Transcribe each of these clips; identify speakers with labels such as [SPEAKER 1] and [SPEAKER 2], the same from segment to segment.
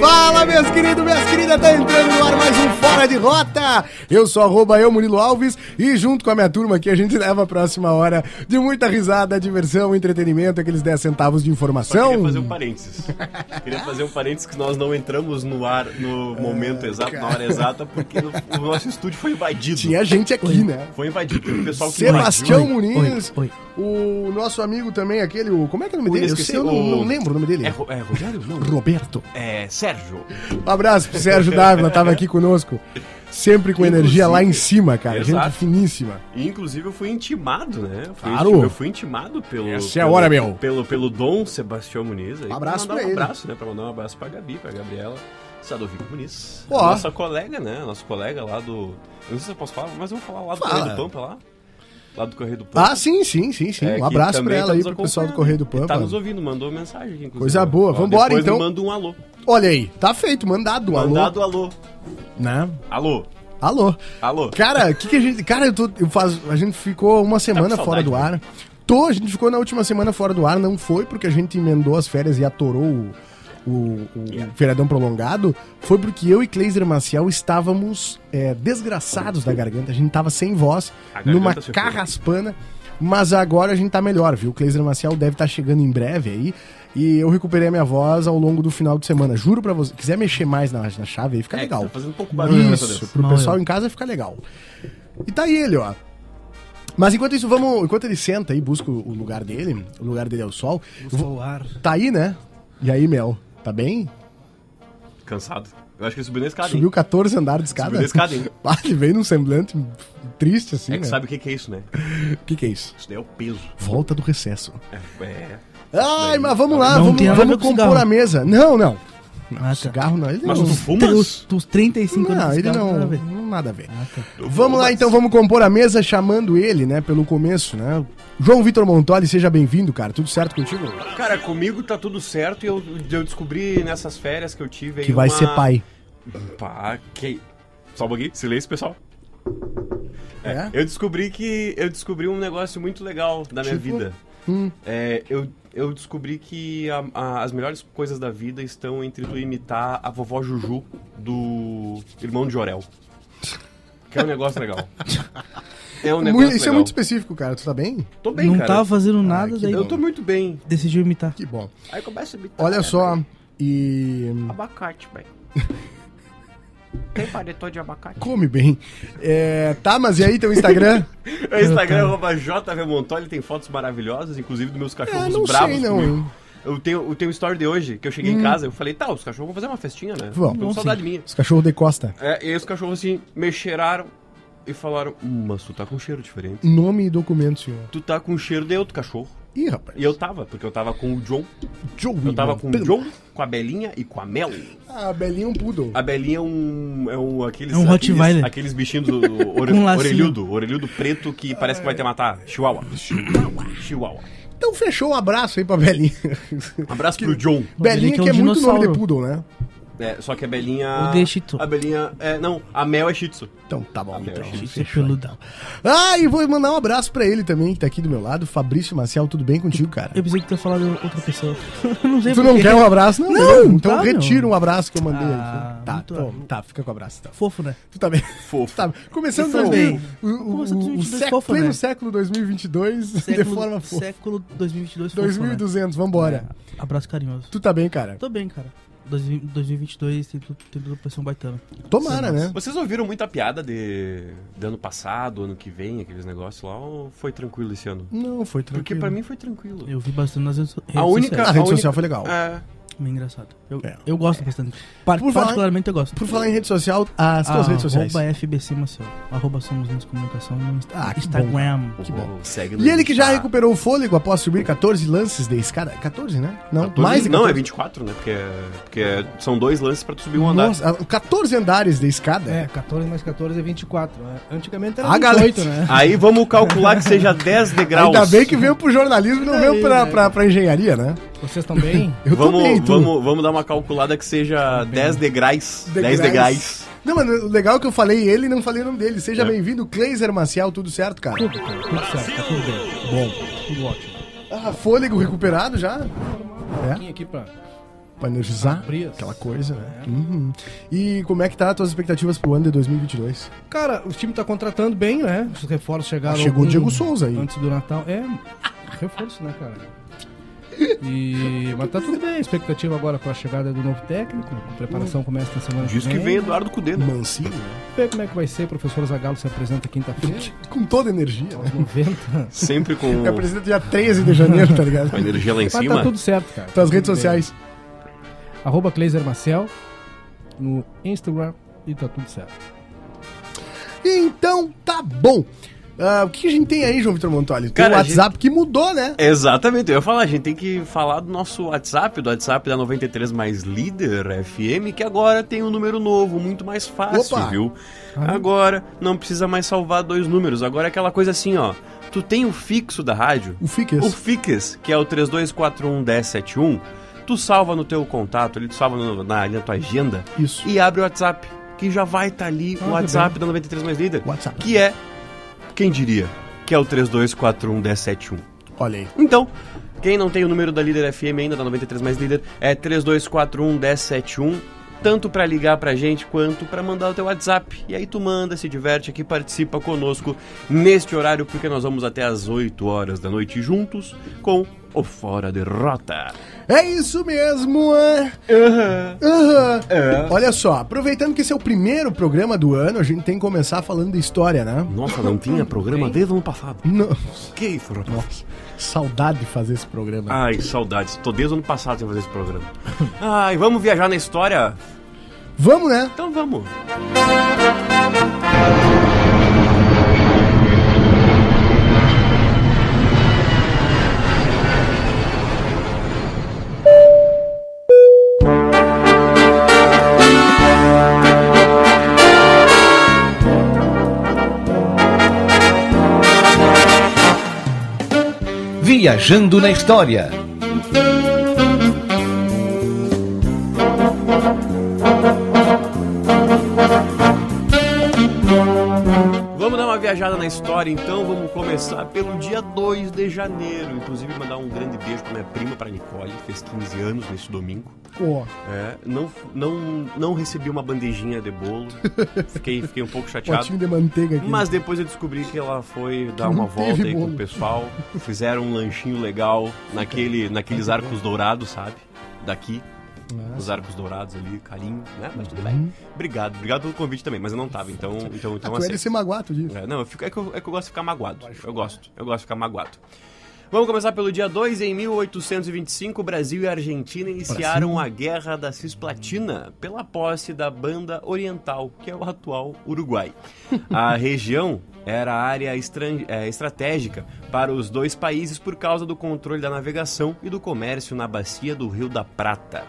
[SPEAKER 1] Fala, meus queridos, minhas queridas, tá entrando no ar mais um Fora de Rota. Eu sou arroba eu, Murilo Alves, e junto com a minha turma aqui, a gente leva a próxima hora de muita risada, diversão, entretenimento, aqueles 10 centavos de
[SPEAKER 2] Só
[SPEAKER 1] informação.
[SPEAKER 2] queria fazer um parênteses. queria fazer um parênteses que nós não entramos no ar no momento
[SPEAKER 1] Ah,
[SPEAKER 2] exato, na hora exata, porque no- o nosso estúdio foi invadido.
[SPEAKER 1] Tinha gente aqui, né?
[SPEAKER 2] Foi invadido pelo pessoal que
[SPEAKER 1] Sebastião
[SPEAKER 2] invadiu.
[SPEAKER 1] Muniz,
[SPEAKER 3] oi,
[SPEAKER 1] o nosso amigo também, aquele, o, como é que é o nome
[SPEAKER 2] O
[SPEAKER 1] dele? Eu, sei, eu
[SPEAKER 2] inesquecível-
[SPEAKER 1] não, não lembro o nome dele.
[SPEAKER 2] É, Ro- é Rogério? Não.
[SPEAKER 1] Roberto.
[SPEAKER 2] É Sérgio.
[SPEAKER 1] Um abraço pro Sérgio Dávila, tava aqui conosco. Sempre com energia lá em cima, cara.
[SPEAKER 2] Exato.
[SPEAKER 1] Gente finíssima.
[SPEAKER 2] E, inclusive eu fui intimado, né? Eu fui
[SPEAKER 1] Claro.
[SPEAKER 2] inti- Eu fui intimado pelo.
[SPEAKER 1] Essa é a
[SPEAKER 2] pelo-
[SPEAKER 1] hora, meu.
[SPEAKER 2] Pelo, pelo Dom Sebastião Muniz. Aí, pra
[SPEAKER 1] Abraço
[SPEAKER 2] mandar
[SPEAKER 1] pra
[SPEAKER 2] um
[SPEAKER 1] ele.
[SPEAKER 2] abraço, né? Pra mandar um abraço pra Gabi, pra Gabriela. Sadovico Muniz.
[SPEAKER 1] Ó.
[SPEAKER 2] Nossa colega, né? Nosso colega lá do. Eu não sei se eu posso falar, mas eu vou falar lá do
[SPEAKER 1] Fala.
[SPEAKER 2] Correio do Pampa lá. Lá do Correio do Pampa.
[SPEAKER 1] Ah, sim, sim, sim, sim.
[SPEAKER 2] É, que
[SPEAKER 1] um abraço pra
[SPEAKER 2] também
[SPEAKER 1] ela
[SPEAKER 2] tá
[SPEAKER 1] aí,
[SPEAKER 2] nos
[SPEAKER 1] pro pessoal do
[SPEAKER 2] acompanhando.
[SPEAKER 1] Correio do
[SPEAKER 2] E
[SPEAKER 1] Pampa.
[SPEAKER 2] Tá nos ouvindo, mandou mensagem aqui, inclusive.
[SPEAKER 1] Coisa boa,
[SPEAKER 2] Ó,
[SPEAKER 1] vambora,
[SPEAKER 2] depois
[SPEAKER 1] então.
[SPEAKER 2] me Manda um alô.
[SPEAKER 1] Olha aí, tá feito, mandado, alô.
[SPEAKER 2] Mandado alô.
[SPEAKER 1] Né?
[SPEAKER 2] Alô.
[SPEAKER 1] Alô.
[SPEAKER 2] Alô. Tá
[SPEAKER 1] Cara, o que, que a gente. Cara, eu tô. Eu faz, a gente ficou uma semana
[SPEAKER 2] com
[SPEAKER 1] fora
[SPEAKER 2] saudade,
[SPEAKER 1] do ar. Tô, a gente ficou na última semana fora do ar, não foi porque a gente emendou as férias e atorou o, o, o
[SPEAKER 2] É.
[SPEAKER 1] feriadão prolongado. Foi porque eu e Cleiser Maciel estávamos é, desgraçados da garganta. A gente tava sem voz,
[SPEAKER 2] A garganta
[SPEAKER 1] numa
[SPEAKER 2] se foi.
[SPEAKER 1] carraspana. Mas agora a gente tá melhor, viu? O Cleiser Maciel deve estar chegando em breve aí. E eu recuperei a minha voz ao longo do final de semana. Juro pra você. Quiser mexer mais na, na chave aí, fica
[SPEAKER 2] É,
[SPEAKER 1] legal.
[SPEAKER 2] tá fazendo um pouco barulho nessa
[SPEAKER 1] Isso,
[SPEAKER 2] vez.
[SPEAKER 1] pro
[SPEAKER 3] Mal
[SPEAKER 1] pessoal
[SPEAKER 3] eu.
[SPEAKER 1] em casa ficar legal. E tá aí ele, ó. Mas enquanto isso, vamos. Enquanto ele senta aí, busca o o lugar dele. O lugar dele é o sol. Eu vou-
[SPEAKER 3] ar.
[SPEAKER 1] Tá aí, né? E aí, Mel? Tá bem?
[SPEAKER 2] Cansado. Eu acho que ele subiu na escada. hein? É
[SPEAKER 1] Subiu 14 andares de escada.
[SPEAKER 2] Tá Subiu na escada, hein?
[SPEAKER 1] Ah, ele veio num semblante triste, assim,
[SPEAKER 2] É que
[SPEAKER 1] né?
[SPEAKER 2] sabe o que que é isso, né?
[SPEAKER 1] O que, que é isso?
[SPEAKER 2] Isso daí é o peso.
[SPEAKER 1] Volta do recesso.
[SPEAKER 2] É. é. tá
[SPEAKER 1] Ai, mas vamos lá,
[SPEAKER 3] Não
[SPEAKER 1] vamos,
[SPEAKER 3] tem nada a
[SPEAKER 1] vamos
[SPEAKER 3] ver com
[SPEAKER 1] compor
[SPEAKER 3] cigarro.
[SPEAKER 1] a mesa. Não, não.
[SPEAKER 3] Ah, tá.
[SPEAKER 1] Cigarro não. é Ele
[SPEAKER 2] Mas
[SPEAKER 1] não...
[SPEAKER 2] tu fumas?
[SPEAKER 3] Os, os 35
[SPEAKER 1] Não,
[SPEAKER 3] anos
[SPEAKER 1] ele
[SPEAKER 3] desse cara,
[SPEAKER 1] não.
[SPEAKER 3] nada a ver.
[SPEAKER 1] não- Nada a ver.
[SPEAKER 3] Ah, tá.
[SPEAKER 1] Vamos lá então, vamos compor a mesa chamando ele, né, pelo começo, né? João Vitor Montoli, seja bem-vindo, cara. Tudo certo contigo?
[SPEAKER 2] Cara, comigo tá tudo certo e eu, eu descobri nessas férias que eu tive aí
[SPEAKER 1] Que vai
[SPEAKER 2] uma-
[SPEAKER 1] ser pai.
[SPEAKER 2] Pá, que... Só um pouquinho, silêncio, pessoal.
[SPEAKER 1] É?
[SPEAKER 2] Eu descobri que... Eu descobri um negócio muito legal da minha
[SPEAKER 1] Tipo?
[SPEAKER 2] vida. É, eu, eu descobri que a- a- as melhores coisas da vida estão entre tu imitar a vovó Juju do Irmão de Jorel. Que é um negócio legal. É um negócio
[SPEAKER 1] Muito- isso é
[SPEAKER 2] legal.
[SPEAKER 1] muito específico, cara. Tu tá bem?
[SPEAKER 2] Tô bem,
[SPEAKER 3] não
[SPEAKER 2] cara.
[SPEAKER 3] tava fazendo nada,
[SPEAKER 1] que
[SPEAKER 3] daí
[SPEAKER 2] Eu tô muito bem.
[SPEAKER 3] decidiu imitar.
[SPEAKER 1] Que bom.
[SPEAKER 2] Aí começa a imitar.
[SPEAKER 1] Olha
[SPEAKER 2] né,
[SPEAKER 1] só,
[SPEAKER 2] velho?
[SPEAKER 1] e.
[SPEAKER 2] Abacate, velho. Tem paletó de abacate.
[SPEAKER 1] Come bem. É, tá, mas e aí teu Instagram?
[SPEAKER 2] É O Instagram arroba JV Montoli tem fotos maravilhosas, inclusive dos meus cachorros
[SPEAKER 1] É, não
[SPEAKER 2] bravos.
[SPEAKER 1] sei não,
[SPEAKER 2] comigo.
[SPEAKER 1] hein.
[SPEAKER 2] Eu tenho, eu tenho um story de hoje, que eu cheguei em casa, eu falei, tá, os cachorros vão fazer uma festinha, né?
[SPEAKER 1] Vão.
[SPEAKER 2] Tô com saudade minha.
[SPEAKER 1] Os cachorros de costa.
[SPEAKER 2] É, e aí os cachorros assim, me cheiraram e falaram, "Hum, mas tu tá com um cheiro diferente.
[SPEAKER 1] Nome e documento, senhor.
[SPEAKER 2] Tu tá com um cheiro de outro cachorro.
[SPEAKER 1] Ih, rapaz.
[SPEAKER 2] E eu tava, porque eu tava com o John.
[SPEAKER 1] Joey
[SPEAKER 2] Eu tava com o
[SPEAKER 1] Montana.
[SPEAKER 2] John, com a Belinha e com a Mel.
[SPEAKER 1] Ah, Belinha é um poodle.
[SPEAKER 2] A Belinha é um. É um aqueles.
[SPEAKER 3] É um Rottweiler.
[SPEAKER 2] Aqueles, aqueles bichinhos do, do ore,
[SPEAKER 3] Com lacinho.
[SPEAKER 2] orelhudo, orelhudo preto que parece que vai te matar. Chihuahua. Chihuahua. Chihuahua.
[SPEAKER 1] Então fechou, um abraço aí pra Belinha.
[SPEAKER 2] Um Abraço pro John.
[SPEAKER 1] Belinha
[SPEAKER 3] Belinha
[SPEAKER 1] que
[SPEAKER 3] que
[SPEAKER 1] é,
[SPEAKER 3] é um
[SPEAKER 1] muito nome de
[SPEAKER 3] dinossauro.
[SPEAKER 1] poodle, né?
[SPEAKER 2] É, só que a Belinha.
[SPEAKER 3] O de Shih Tzu.
[SPEAKER 2] A Belinha. É, não, a Mel é Shih Tzu.
[SPEAKER 1] Então tá bom,
[SPEAKER 2] Bel,
[SPEAKER 1] então.
[SPEAKER 2] gente,
[SPEAKER 3] Isso é peludão.
[SPEAKER 1] Ah, e vou mandar um abraço pra ele também, que tá aqui do meu lado. Fabrício Marcial, tudo bem contigo, cara?
[SPEAKER 3] Eu pensei que tu ia falar de outra pessoa. não sei
[SPEAKER 1] Tu não
[SPEAKER 3] porquê.
[SPEAKER 1] quer um abraço? Não,
[SPEAKER 3] Não,
[SPEAKER 1] não Então
[SPEAKER 3] tá,
[SPEAKER 1] retira
[SPEAKER 3] não.
[SPEAKER 1] um abraço que eu mandei
[SPEAKER 3] Ah,
[SPEAKER 1] aqui. Tá,
[SPEAKER 3] muito
[SPEAKER 1] então,
[SPEAKER 3] bem.
[SPEAKER 1] tá, fica com o abraço. Tá.
[SPEAKER 3] Fofo, né?
[SPEAKER 1] Tu também.
[SPEAKER 2] Fofo.
[SPEAKER 1] Tá, começando
[SPEAKER 3] Fofo.
[SPEAKER 1] 2000, o, o,
[SPEAKER 3] Começando
[SPEAKER 1] o, o
[SPEAKER 3] 2022,
[SPEAKER 1] século,
[SPEAKER 3] fofo,
[SPEAKER 1] pleno
[SPEAKER 3] né?
[SPEAKER 1] século 2022, de forma fofa.
[SPEAKER 3] século 2022. fofo, né?
[SPEAKER 1] 2200, vambora.
[SPEAKER 3] É, abraço carinhoso.
[SPEAKER 1] Tu tá bem, cara?
[SPEAKER 3] Tô bem, cara. 2022 tem tudo, tem tudo pra ser um baitano.
[SPEAKER 1] Tomara, né?
[SPEAKER 2] Vocês ouviram muita piada de, de ano passado, ano que vem, aqueles negócios lá, ou foi tranquilo esse ano?
[SPEAKER 1] Não, foi tranquilo. Ah,
[SPEAKER 2] Porque pra mim foi tranquilo.
[SPEAKER 3] Eu vi bastante nas redes redes
[SPEAKER 2] A única.
[SPEAKER 1] A
[SPEAKER 3] sociais.
[SPEAKER 1] rede
[SPEAKER 2] única-
[SPEAKER 1] social foi legal.
[SPEAKER 2] É.
[SPEAKER 3] Bem engraçado. Eu,
[SPEAKER 1] É.
[SPEAKER 3] eu gosto bastante. Par-
[SPEAKER 1] Por falar-
[SPEAKER 3] particularmente eu gosto. Ah,
[SPEAKER 1] Por falar em rede social, as tuas redes sociais.
[SPEAKER 3] Arroba FBC Maciel. Arroba Somos Lindos Comunicação no Insta-
[SPEAKER 1] Ah, que bom,
[SPEAKER 3] Instagram.
[SPEAKER 2] Que bom. Segue
[SPEAKER 1] E ele que já
[SPEAKER 2] recuperou.
[SPEAKER 1] recuperou o fôlego após subir 14 lances de escada. 14, né? Não, mais de
[SPEAKER 2] Não, é
[SPEAKER 1] 14.
[SPEAKER 2] 24, né? Porque, é- porque é- são dois lances pra tu subir um andar.
[SPEAKER 1] Nossa, ah, 14 andares de escada.
[SPEAKER 4] É, 14 mais 14 é 24. né? Antigamente
[SPEAKER 3] Ah,
[SPEAKER 4] era
[SPEAKER 1] A galera-
[SPEAKER 4] 28, né?
[SPEAKER 2] Aí vamos calcular que seja 10 degraus.
[SPEAKER 1] Ainda bem que veio pro jornalismo e não veio
[SPEAKER 4] Aí,
[SPEAKER 1] pra,
[SPEAKER 4] né?
[SPEAKER 1] pra, pra engenharia, né?
[SPEAKER 4] Vocês também?
[SPEAKER 1] Eu
[SPEAKER 2] vamos,
[SPEAKER 1] também,
[SPEAKER 2] vamos, vamos dar uma calculada que
[SPEAKER 3] Tá
[SPEAKER 2] seja 10 degraus. 10 degraus.
[SPEAKER 1] Não, mas o legal é que eu falei ele e não falei o nome dele. Seja
[SPEAKER 2] É.
[SPEAKER 1] bem-vindo, Cleiser Maciel, tudo certo, cara?
[SPEAKER 4] tudo, cara, tudo certo, tá tudo bem.
[SPEAKER 1] Bom.
[SPEAKER 4] Tudo ótimo.
[SPEAKER 1] Ah, fôlego recuperado já?
[SPEAKER 4] Um pouquinho aqui pra...
[SPEAKER 1] Pra energizar
[SPEAKER 4] Abrir as-
[SPEAKER 1] aquela coisa, né? Uhum. E como é que tá as tuas expectativas pro ano de 2022?
[SPEAKER 4] Cara, o time tá contratando bem, né? Os reforços chegaram...
[SPEAKER 1] Ah,
[SPEAKER 4] um
[SPEAKER 1] Chegou o Diego Souza aí.
[SPEAKER 4] Antes do Natal. É, reforço, né, cara? E... Mas tá tudo bem. Expectativa agora com a chegada do novo técnico. A preparação começa na semana
[SPEAKER 2] Diz que vem Eduardo Cudê, né?
[SPEAKER 1] Mancini, né?
[SPEAKER 4] Vamos ver como é que vai ser. O professor Zagallo se apresenta quinta-feira.
[SPEAKER 1] Com toda a energia, né?
[SPEAKER 4] aos 90.
[SPEAKER 2] Sempre com
[SPEAKER 1] Me apresenta dia 13 de janeiro, tá ligado?
[SPEAKER 2] com a energia lá em
[SPEAKER 4] Mas
[SPEAKER 2] cima.
[SPEAKER 4] tá tudo certo, cara.
[SPEAKER 1] Tuas
[SPEAKER 4] Tá
[SPEAKER 1] redes
[SPEAKER 4] tudo bem.
[SPEAKER 1] sociais.
[SPEAKER 4] Arroba Cleiser Marcel no Instagram e tá tudo certo.
[SPEAKER 1] Então tá bom. Ah, o que a gente tem aí, João Vitor Montoli? Tem o
[SPEAKER 2] Cara, a
[SPEAKER 1] WhatsApp que mudou, né?
[SPEAKER 2] Exatamente, eu ia falar, a gente tem que falar do nosso WhatsApp, do WhatsApp da 93 mais líder FM, que agora tem um número novo, muito mais fácil,
[SPEAKER 1] Opa!
[SPEAKER 2] viu?
[SPEAKER 4] Ah.
[SPEAKER 2] Agora não precisa mais salvar dois números, agora é aquela coisa assim, ó. Tu tem o fixo da rádio,
[SPEAKER 1] O Fiques.
[SPEAKER 2] o Fix, que é o 32411071, tu salva no teu contato, ali tu salva no- na, na tua agenda
[SPEAKER 1] Isso.
[SPEAKER 2] e abre o WhatsApp, que já vai estar ali
[SPEAKER 4] Ah,
[SPEAKER 2] o
[SPEAKER 4] tá
[SPEAKER 2] WhatsApp da 93 mais líder,
[SPEAKER 1] WhatsApp.
[SPEAKER 2] que é quem diria? Que é o 32411071.
[SPEAKER 1] Olha aí.
[SPEAKER 2] Então, quem não tem o número da Líder FM ainda, da 93 mais Líder, é 3241 1071. Tanto pra ligar pra gente quanto pra mandar o teu WhatsApp. E aí tu manda, se diverte aqui, participa conosco neste horário, porque nós vamos até às 8 horas da noite juntos com o Fora de Rota.
[SPEAKER 1] É isso mesmo, é. Aham.
[SPEAKER 2] É.
[SPEAKER 1] Olha só, aproveitando que esse é o primeiro programa do ano, a gente tem que começar falando de história, né?
[SPEAKER 2] Nossa, não tinha programa desde o ano passado.
[SPEAKER 1] Não.
[SPEAKER 2] Que isso, rapaz?
[SPEAKER 1] Saudade de fazer esse programa.
[SPEAKER 2] Ai, que saudades. Tô desde o ano passado sem fazer esse programa. Ai, vamos viajar na história?
[SPEAKER 1] Vamos, né?
[SPEAKER 2] Então vamos.
[SPEAKER 5] Viajando na História.
[SPEAKER 2] Vamos dar uma viajada na história, então. Vamos começar pelo dia 2 de janeiro. Inclusive, mandar um grande beijo pra minha prima, pra Nicole, que fez 15 anos neste domingo.
[SPEAKER 1] Ó,
[SPEAKER 2] É, não, não, não recebi uma bandejinha de bolo. Fiquei, fiquei um pouco
[SPEAKER 1] potinho
[SPEAKER 2] chateado.
[SPEAKER 1] de manteiga aqui.
[SPEAKER 2] Mas depois eu descobri que ela foi dar
[SPEAKER 1] Que não
[SPEAKER 2] uma volta
[SPEAKER 1] teve
[SPEAKER 2] aí com
[SPEAKER 1] bolo.
[SPEAKER 2] o pessoal. Fizeram um lanchinho legal naquele, naqueles arcos dourados, sabe? Daqui. Os arcos dourados ali, carinho, né? Mas tudo bem. Obrigado, obrigado pelo convite também, mas eu não tava, então, então,
[SPEAKER 1] Uhum. Ah,
[SPEAKER 2] então
[SPEAKER 1] tu é de
[SPEAKER 2] aceito.
[SPEAKER 1] ser maguato disso.
[SPEAKER 2] É, não, eu fico- é, que eu, é que eu gosto de ficar magoado. Eu gosto, eu gosto de ficar magoado. Vamos começar pelo dia 2. Em 1825, Brasil e Argentina iniciaram a Guerra da Cisplatina pela posse da Banda Oriental, que é o atual Uruguai. A região era a área estran- eh, estratégica para os dois países por causa do controle da navegação e do comércio na bacia do Rio da Prata.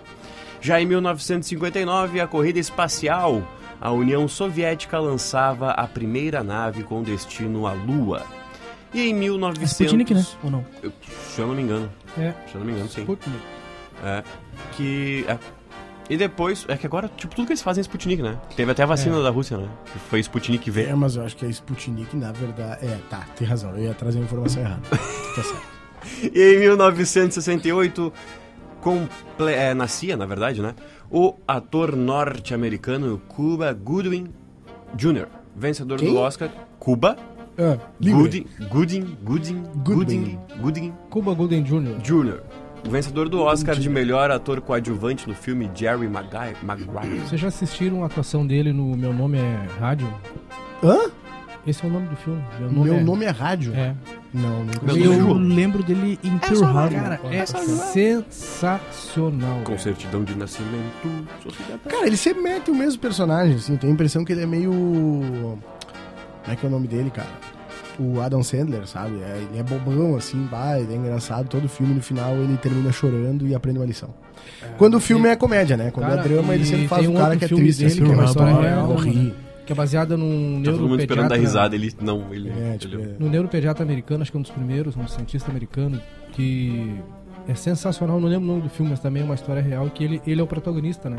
[SPEAKER 2] Já em 1959, a corrida espacial, a União Soviética lançava a primeira nave com destino à Lua. E em 1900,
[SPEAKER 3] Sputnik, né? Ou não?
[SPEAKER 2] Eu- se eu não me engano,
[SPEAKER 4] É.
[SPEAKER 2] se eu não me engano, sim.
[SPEAKER 4] Sputnik.
[SPEAKER 2] É, que é. e depois, é que agora, tipo, tudo que eles fazem é Sputnik, né? Teve até a vacina da Rússia, né? Que foi Sputnik V.
[SPEAKER 1] É, mas eu acho que é Sputnik, na verdade. É, tá, tem razão. Eu ia trazer a informação errada. Tá certo.
[SPEAKER 2] E em 1968, comple- é, nascia, na verdade, né? O ator norte-americano Cuba Goodwin Jr., vencedor
[SPEAKER 1] Quem?
[SPEAKER 2] do Oscar. Cuba
[SPEAKER 1] Ah, livre.
[SPEAKER 2] Gooding, Gooding, Gooding,
[SPEAKER 1] Goodwin.
[SPEAKER 2] Gooding, Gooding
[SPEAKER 4] Cuba Golden Jr.
[SPEAKER 2] Jr., o vencedor do Oscar de melhor ator coadjuvante no filme Jerry Maguire. Maguire.
[SPEAKER 4] Vocês já assistiram a atuação dele no Meu Nome é Rádio?
[SPEAKER 1] Hã?
[SPEAKER 4] Esse é o nome do filme.
[SPEAKER 1] Meu
[SPEAKER 4] é...
[SPEAKER 1] nome é rádio.
[SPEAKER 4] É.
[SPEAKER 1] Não, nunca
[SPEAKER 2] Meu
[SPEAKER 1] vi.
[SPEAKER 2] nome é
[SPEAKER 3] Eu
[SPEAKER 2] Ju.
[SPEAKER 3] lembro dele em Pearl Harbor.
[SPEAKER 4] Cara, é sensacional.
[SPEAKER 2] Com
[SPEAKER 4] cara.
[SPEAKER 2] certidão de nascimento, sou
[SPEAKER 4] é-
[SPEAKER 2] cidadão.
[SPEAKER 1] Cara, ele sempre mete o mesmo personagem, assim. Tem a impressão que ele é meio. Como é que é o nome dele, cara? O Adam Sandler, sabe? É, ele é bobão, assim, bah, ele é engraçado. Todo filme, no final, ele termina chorando e aprende uma lição. Quando o filme é comédia, né? Quando
[SPEAKER 4] Cara,
[SPEAKER 1] é drama, ele
[SPEAKER 4] e
[SPEAKER 1] sempre faz
[SPEAKER 4] tem
[SPEAKER 1] o
[SPEAKER 4] um
[SPEAKER 1] cara
[SPEAKER 4] outro
[SPEAKER 1] que é
[SPEAKER 4] filme
[SPEAKER 1] triste,
[SPEAKER 4] dele
[SPEAKER 1] assim,
[SPEAKER 4] que é
[SPEAKER 1] que é uma
[SPEAKER 4] uma
[SPEAKER 1] história
[SPEAKER 4] história
[SPEAKER 1] real,
[SPEAKER 4] real,
[SPEAKER 1] ri.
[SPEAKER 4] Que é baseada num
[SPEAKER 2] Tá todo mundo esperando
[SPEAKER 4] neuropediatra. né?
[SPEAKER 2] dar risada, ele não, ele...
[SPEAKER 1] É, tipo,
[SPEAKER 2] ele-
[SPEAKER 1] é.
[SPEAKER 4] No neuropediatra americano, acho que é um dos primeiros, um cientista americano, que é sensacional, não lembro o nome do filme, mas também é uma história real, que ele, ele é o protagonista, né?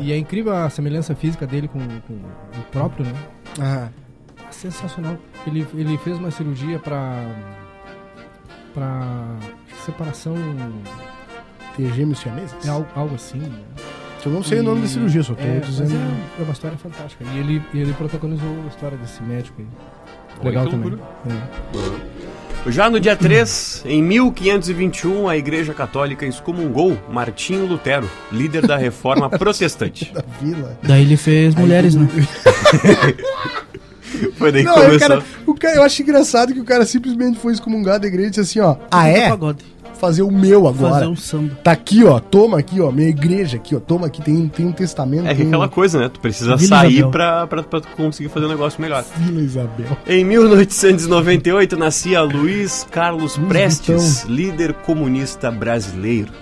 [SPEAKER 4] E é incrível a semelhança física dele com, com o próprio, né?
[SPEAKER 1] Aham.
[SPEAKER 4] Sensacional. Ele, ele fez uma cirurgia pra. pra. separação.
[SPEAKER 1] Tem gêmeos chineses?
[SPEAKER 4] É algo, algo assim, né?
[SPEAKER 1] Eu não sei o nome da cirurgia, só tô
[SPEAKER 4] é, mas
[SPEAKER 1] dizendo.
[SPEAKER 4] é, é uma história fantástica. E ele, e ele protagonizou a história desse médico aí.
[SPEAKER 2] Olha
[SPEAKER 4] Legal
[SPEAKER 2] que
[SPEAKER 4] também.
[SPEAKER 2] loucura.
[SPEAKER 4] É.
[SPEAKER 2] Já no dia 3, em 1521, a Igreja Católica excomungou Martinho Lutero, líder da reforma protestante.
[SPEAKER 1] Da vila.
[SPEAKER 3] Daí ele fez mulheres, né?
[SPEAKER 2] Foi daí que
[SPEAKER 1] Não, aí é o
[SPEAKER 2] começou.
[SPEAKER 1] cara, o cara- eu acho engraçado que o cara simplesmente foi excomungado da igreja e disse assim, ó, ah é?
[SPEAKER 3] Pagode.
[SPEAKER 1] Fazer o meu agora.
[SPEAKER 3] Fazer um samba.
[SPEAKER 1] Tá aqui, ó, toma aqui, ó, minha igreja aqui, ó, toma aqui, tem, tem um testamento.
[SPEAKER 2] É que
[SPEAKER 1] tem
[SPEAKER 2] aquela coisa, né? Tu precisa
[SPEAKER 3] Vila
[SPEAKER 2] sair
[SPEAKER 3] Isabel.
[SPEAKER 2] pra, pra, pra tu conseguir fazer um negócio melhor.
[SPEAKER 1] Vila Isabel.
[SPEAKER 2] Em 1898 nascia Luiz Carlos
[SPEAKER 1] Luiz
[SPEAKER 2] Prestes, líder comunista brasileiro.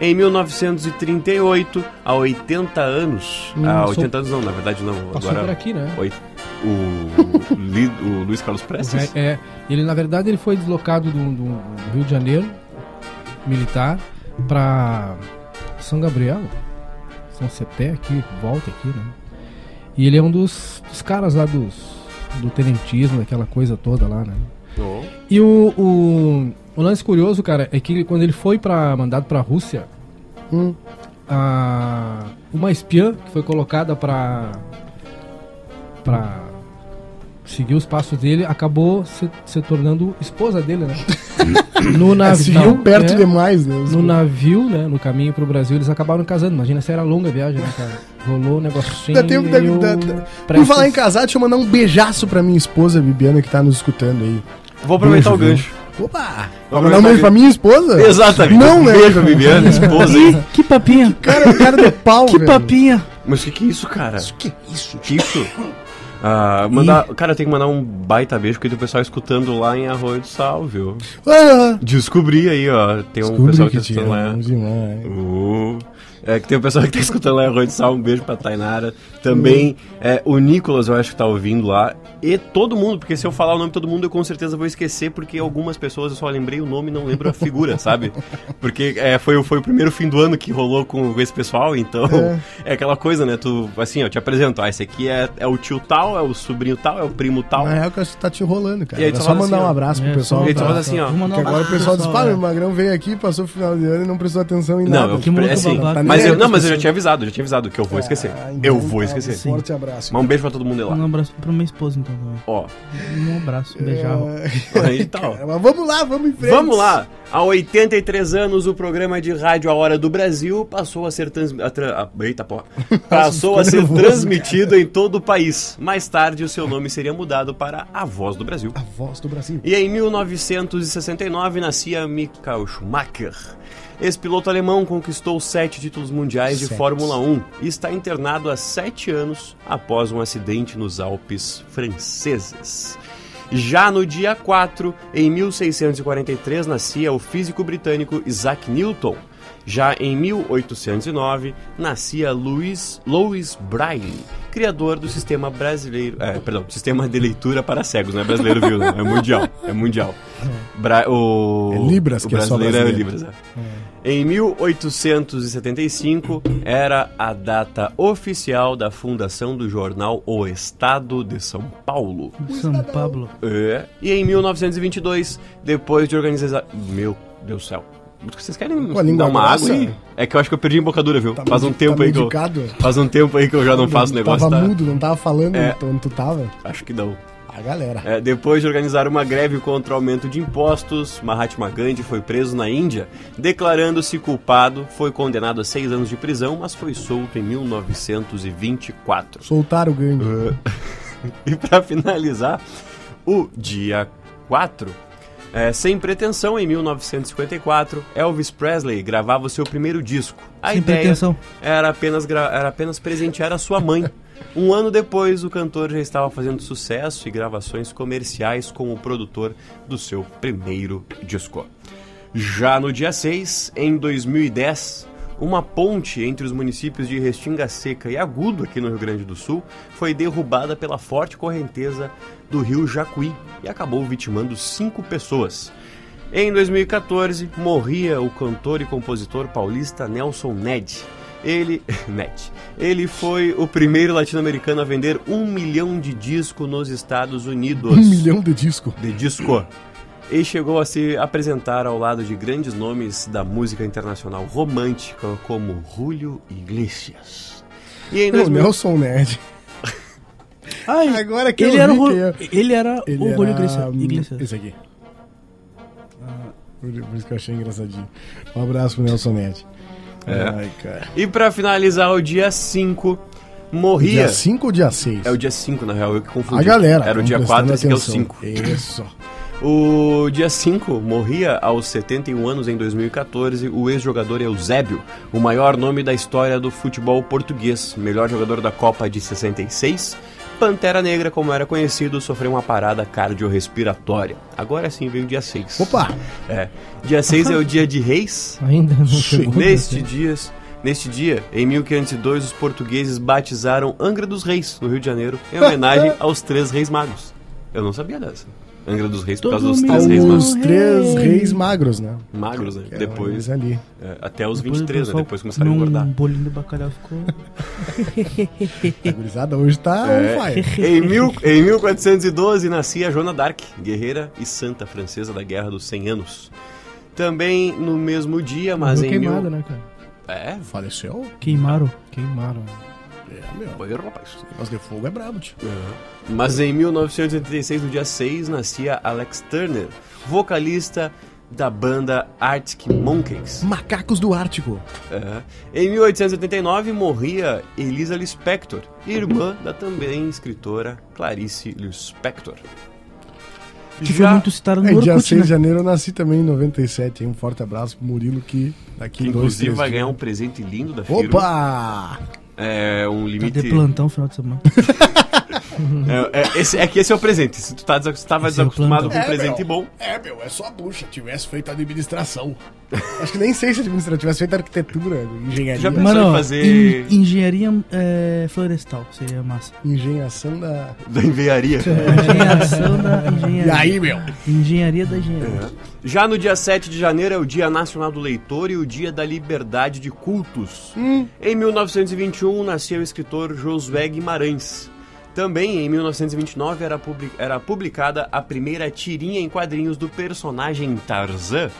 [SPEAKER 2] Em 1938, há 80 anos.
[SPEAKER 4] Hum,
[SPEAKER 2] ah,
[SPEAKER 4] sou-
[SPEAKER 2] 80 anos não, na verdade não.
[SPEAKER 4] Passou por
[SPEAKER 2] agora.
[SPEAKER 4] aqui, né?
[SPEAKER 2] Oi, o, Li- o Luiz Carlos Prestes?
[SPEAKER 4] É, é, ele na verdade ele foi deslocado do, do Rio de Janeiro militar pra São Gabriel, São Cepé aqui, volta aqui, né? E ele é um dos, dos caras lá dos do tenentismo, daquela coisa toda lá, né?
[SPEAKER 2] Oh.
[SPEAKER 4] E o, o, o lance curioso, cara, é que ele- quando ele foi para mandado pra Rússia,
[SPEAKER 1] Hum.
[SPEAKER 4] a- uma espiã que foi colocada pra para seguir os passos dele acabou se, se tornando esposa dele, né? no
[SPEAKER 1] É, se viu perto
[SPEAKER 4] é,
[SPEAKER 1] demais, né?
[SPEAKER 4] no navio, né? No caminho pro Brasil, eles acabaram casando. Imagina se era longa a viagem, né, cara? Rolou um negocinho.
[SPEAKER 1] Dá tempo da-
[SPEAKER 4] e o
[SPEAKER 1] da- da- Por
[SPEAKER 4] Prestes-
[SPEAKER 1] falar em casar, deixa eu mandar um beijaço pra minha esposa, Bibiana, que tá nos escutando aí.
[SPEAKER 2] Vou aproveitar
[SPEAKER 1] Beijo,
[SPEAKER 2] o gancho.
[SPEAKER 1] Opa! Vai
[SPEAKER 2] Vou
[SPEAKER 1] mandar um
[SPEAKER 2] aproveitar
[SPEAKER 1] beijo pra minha esposa?
[SPEAKER 2] Exatamente.
[SPEAKER 1] Não, né?
[SPEAKER 2] Beijo, Bibiana, esposa. hein?
[SPEAKER 3] Ih, que papinha.
[SPEAKER 1] Cara, o cara do pau,
[SPEAKER 3] Que
[SPEAKER 1] velho.
[SPEAKER 3] papinha.
[SPEAKER 2] Mas o que, que é isso, cara?
[SPEAKER 1] Que isso?
[SPEAKER 2] Que isso? Ah, mandar, cara, tem que mandar um baita beijo porque tem o pessoal escutando lá em Arroio do Sal, viu?
[SPEAKER 1] Ah,
[SPEAKER 2] Descobri aí, ó. Tem um
[SPEAKER 1] descobri
[SPEAKER 2] pessoal
[SPEAKER 1] que
[SPEAKER 2] que, tá escutando lá.
[SPEAKER 1] tiramos demais.
[SPEAKER 2] Uh, é que tem um pessoal que tá escutando lá em Arroio do Sal. Um beijo pra Tainara. Também é, o Nicolas, eu acho que tá ouvindo lá. E todo mundo, porque se eu falar o nome de todo mundo, eu com certeza vou esquecer, porque algumas pessoas eu só lembrei o nome e não lembro a figura, sabe? Porque é, foi, o- foi o primeiro fim do ano que rolou com esse pessoal, então é, aquela coisa, né? Tu, assim, eu te apresento, ah, esse aqui é, é o tio tal, é o sobrinho tal, é o primo tal.
[SPEAKER 1] Na real que eu acho que tá te enrolando, cara.
[SPEAKER 2] E aí
[SPEAKER 1] Era
[SPEAKER 2] tu
[SPEAKER 1] só
[SPEAKER 2] fala
[SPEAKER 1] mandar
[SPEAKER 2] assim,
[SPEAKER 1] um
[SPEAKER 2] ó.
[SPEAKER 1] abraço pro
[SPEAKER 3] É,
[SPEAKER 1] pessoal.
[SPEAKER 3] só-
[SPEAKER 2] Ele só
[SPEAKER 1] tá?
[SPEAKER 2] fala assim, ó.
[SPEAKER 3] Vou mandar um
[SPEAKER 1] Porque agora o
[SPEAKER 3] abraço
[SPEAKER 1] pessoal
[SPEAKER 3] pro
[SPEAKER 1] diz, pá,
[SPEAKER 3] né?
[SPEAKER 1] o Magrão veio aqui, passou o final de ano e não prestou atenção em
[SPEAKER 2] Não,
[SPEAKER 1] nada.
[SPEAKER 2] eu-
[SPEAKER 3] Que moleque
[SPEAKER 2] assim,
[SPEAKER 3] babaca.
[SPEAKER 1] tá
[SPEAKER 2] Mas eu, não, mas eu já
[SPEAKER 1] pessoas.
[SPEAKER 2] tinha avisado, já tinha avisado que eu vou esquecer.
[SPEAKER 1] Ah,
[SPEAKER 2] eu
[SPEAKER 1] então
[SPEAKER 2] vou
[SPEAKER 1] tá,
[SPEAKER 2] esquecer.
[SPEAKER 1] Um forte abraço.
[SPEAKER 2] Mas um beijo pra todo mundo aí
[SPEAKER 3] Um
[SPEAKER 2] lá.
[SPEAKER 3] abraço pra minha esposa, então, também.
[SPEAKER 2] Ó,
[SPEAKER 3] Um abraço, um beijão.
[SPEAKER 2] aí tá, ó.
[SPEAKER 1] Cara, mas vamos lá, vamos em frente.
[SPEAKER 2] Vamos lá! Há 83 anos, o programa de rádio A Hora do Brasil passou a ser, trans... a tra- a- Eita, porra. Passou a ser
[SPEAKER 1] nervoso,
[SPEAKER 2] transmitido em todo o país. Mais tarde, o seu nome seria mudado para A Voz do Brasil.
[SPEAKER 1] A voz do Brasil.
[SPEAKER 2] E em 1969 nascia Michael Schumacher. Esse piloto alemão conquistou sete títulos mundiais de
[SPEAKER 1] Sete.
[SPEAKER 2] Fórmula 1 e está internado há sete anos após um acidente nos Alpes franceses. Já no dia 4, em 1643, nascia o físico britânico Isaac Newton. Já em 1809, nascia Louis, Louis Braille, criador do sistema brasileiro. É, perdão, sistema de leitura para cegos, não é brasileiro, viu? É mundial. É mundial. Bra- o,
[SPEAKER 1] É Libras
[SPEAKER 2] o
[SPEAKER 1] que é só
[SPEAKER 2] brasileiro é
[SPEAKER 1] brasileiro.
[SPEAKER 2] Libras. É. Em 1875 era a data oficial da fundação do jornal O Estado de São Paulo.
[SPEAKER 3] São Pablo.
[SPEAKER 2] É. E em 1922, depois de organizar. Meu Deus do céu. Vocês querem
[SPEAKER 1] Com a língua
[SPEAKER 2] dar uma
[SPEAKER 1] grossa?
[SPEAKER 2] água aí? É que eu acho que eu perdi a embocadura, viu?
[SPEAKER 1] Tá
[SPEAKER 2] faz um
[SPEAKER 1] medi-
[SPEAKER 2] tempo
[SPEAKER 1] tá
[SPEAKER 2] aí que eu.
[SPEAKER 1] medicado?
[SPEAKER 2] Faz um tempo aí que eu já não faço o negócio,
[SPEAKER 1] Tava
[SPEAKER 2] tá?
[SPEAKER 1] mudo, não tava falando
[SPEAKER 2] É.
[SPEAKER 1] quando tu tava.
[SPEAKER 2] Acho que não.
[SPEAKER 1] A galera.
[SPEAKER 2] É, depois de organizar uma greve contra o aumento de impostos, Mahatma Gandhi foi preso na Índia. Declarando-se culpado, foi condenado a seis anos de prisão, mas foi solto em 1924.
[SPEAKER 1] Soltaram o Gandhi.
[SPEAKER 2] É. E para finalizar, o dia 4. é, sem pretensão, em 1954, Elvis Presley gravava o seu primeiro disco. A
[SPEAKER 3] Sem
[SPEAKER 2] ideia
[SPEAKER 3] pretensão.
[SPEAKER 2] Era, apenas gra- era apenas presentear a sua mãe. Um ano depois, o cantor já estava fazendo sucesso e gravações comerciais com o produtor do seu primeiro disco. Já no dia 6, em 2010, uma ponte entre os municípios de Restinga Seca e Agudo, aqui no Rio Grande do Sul, foi derrubada pela forte correnteza do rio Jacuí e acabou vitimando cinco pessoas. Em 2014, morria o cantor e compositor paulista Nelson Ned. Ele. Ned. Ele foi o primeiro latino-americano a vender um milhão de disco nos Estados Unidos
[SPEAKER 1] Um milhão de disco.
[SPEAKER 2] de disco. E chegou a se apresentar ao lado de grandes nomes da música internacional romântica, como Julio Iglesias. E em
[SPEAKER 1] Não,
[SPEAKER 2] 2000...
[SPEAKER 1] Nelson Ned. Agora que
[SPEAKER 3] Ele
[SPEAKER 1] eu
[SPEAKER 3] era,
[SPEAKER 1] vi
[SPEAKER 3] o,
[SPEAKER 1] quem é.
[SPEAKER 3] ele era
[SPEAKER 1] Ele
[SPEAKER 3] o Julio
[SPEAKER 1] era,
[SPEAKER 3] Iglesias.
[SPEAKER 1] hum,
[SPEAKER 3] Iglesias.
[SPEAKER 1] Esse aqui. Ah, Por por isso que eu achei engraçadinho. Um abraço pro Nelson Ned.
[SPEAKER 2] É.
[SPEAKER 1] Ai, cara.
[SPEAKER 2] e pra finalizar, o dia 5, morria...
[SPEAKER 1] Dia 5 ou dia 6?
[SPEAKER 2] É o dia 5, na real, eu que confundi.
[SPEAKER 1] A galera.
[SPEAKER 2] Era o
[SPEAKER 1] vamos
[SPEAKER 2] dia
[SPEAKER 1] prestando
[SPEAKER 2] 4, esse aqui é o
[SPEAKER 1] atenção.
[SPEAKER 2] 5.
[SPEAKER 1] Isso.
[SPEAKER 2] O dia 5 morria aos 71 anos em 2014 o ex-jogador Eusébio, o maior nome da história do futebol português, melhor jogador da Copa de 66. Pantera Negra, como era conhecido, sofreu uma parada cardiorrespiratória. Agora sim veio o dia 6.
[SPEAKER 1] Opa!
[SPEAKER 2] É. Dia 6 é o dia de reis,
[SPEAKER 4] Ainda não chegou. né?
[SPEAKER 2] Neste dia, neste dia, em 1502, os portugueses batizaram Angra dos Reis, no Rio de Janeiro, em homenagem aos três reis magos. Eu não sabia dessa. Angra dos Reis por causa dos três reis magos.
[SPEAKER 1] Os três reis magros, né?
[SPEAKER 2] Magros, né?
[SPEAKER 1] Que eram
[SPEAKER 2] Depois,
[SPEAKER 1] eles ali.
[SPEAKER 2] é, até os
[SPEAKER 3] Depois o
[SPEAKER 2] 23, né?
[SPEAKER 3] pessoal
[SPEAKER 2] Depois começaram a
[SPEAKER 3] comeu
[SPEAKER 2] engordar.
[SPEAKER 3] Um bolinho de bacalhau ficou.
[SPEAKER 1] A gurizada hoje tá on fire.
[SPEAKER 2] Em, mil, em 1412 nascia Joana d'Arc, guerreira e santa francesa da Guerra dos 100 Anos. Também no mesmo dia, mas
[SPEAKER 4] Mas
[SPEAKER 2] em
[SPEAKER 4] queimada,
[SPEAKER 2] mil...
[SPEAKER 4] né, cara?
[SPEAKER 2] É,
[SPEAKER 1] Faleceu?
[SPEAKER 3] Queimaram.
[SPEAKER 4] Queimaram.
[SPEAKER 1] É, meu.
[SPEAKER 2] foi, rapaz.
[SPEAKER 1] Mas de fogo é brabo, tio.
[SPEAKER 2] Mas em 1986, no dia 6, nascia Alex Turner, vocalista da banda Arctic Monkeys.
[SPEAKER 1] Macacos do Ártico.
[SPEAKER 2] É. Em 1889, morria Elisa Lispector, irmã da também escritora Clarice Lispector.
[SPEAKER 3] Que foi muito citado no
[SPEAKER 1] É, dia
[SPEAKER 3] Orkut,
[SPEAKER 1] 6
[SPEAKER 3] né?
[SPEAKER 1] de janeiro eu nasci também em 97. hein? Um forte abraço pro Murilo que daqui
[SPEAKER 2] que
[SPEAKER 1] em dois,
[SPEAKER 2] inclusive
[SPEAKER 1] três
[SPEAKER 2] vai
[SPEAKER 1] dias-
[SPEAKER 2] ganhar um presente lindo da Firu.
[SPEAKER 1] Opa!
[SPEAKER 2] É um
[SPEAKER 3] Tá
[SPEAKER 2] limite.
[SPEAKER 3] de plantão final de semana.
[SPEAKER 2] É, é, esse, é que esse é o presente. Se tu tá desac- tava
[SPEAKER 3] Esse é o
[SPEAKER 2] desacostumado com
[SPEAKER 1] plantão.
[SPEAKER 2] um presente
[SPEAKER 1] É, meu.
[SPEAKER 2] bom,
[SPEAKER 1] É, meu, é só a bucha. Tivesse feito administração. Acho que nem sei se administração. Tivesse feito arquitetura, engenharia.
[SPEAKER 2] Já-
[SPEAKER 3] Mano,
[SPEAKER 2] em fazer-
[SPEAKER 3] en- engenharia é, florestal seria massa.
[SPEAKER 1] Engenhação da.
[SPEAKER 2] da enviaria.
[SPEAKER 1] É.
[SPEAKER 3] Engenhação da engenharia.
[SPEAKER 1] E aí, meu?
[SPEAKER 3] Engenharia da engenharia.
[SPEAKER 2] Já no dia 7 de janeiro é o Dia Nacional do Leitor e o Dia da Liberdade de Cultos. Em 1921 nascia um o escritor Josué Guimarães. Também em 1929 era, publi- era publicada a primeira tirinha em quadrinhos do personagem Tarzan.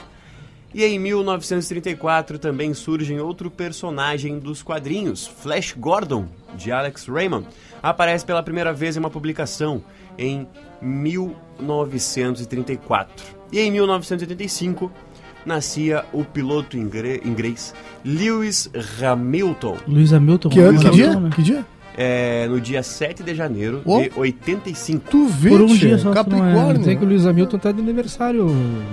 [SPEAKER 2] E em 1934 também surge outro personagem dos quadrinhos, Flash Gordon, de Alex Raymond. Aparece pela primeira vez em uma publicação em 1934. E em 1985 nascia o piloto ingre- inglês Lewis Hamilton,
[SPEAKER 3] Luiz Hamilton.
[SPEAKER 1] Que ano? Que
[SPEAKER 3] Hamilton,
[SPEAKER 1] dia?
[SPEAKER 3] né?
[SPEAKER 1] Que dia?
[SPEAKER 2] é, no dia 7 de janeiro
[SPEAKER 1] Oh.
[SPEAKER 2] de 85.
[SPEAKER 1] Tu vê,
[SPEAKER 3] Por um
[SPEAKER 1] tchê,
[SPEAKER 3] dia só,
[SPEAKER 4] Eu sei que o
[SPEAKER 1] Capricórnio.
[SPEAKER 4] Luiz Hamilton tá de aniversário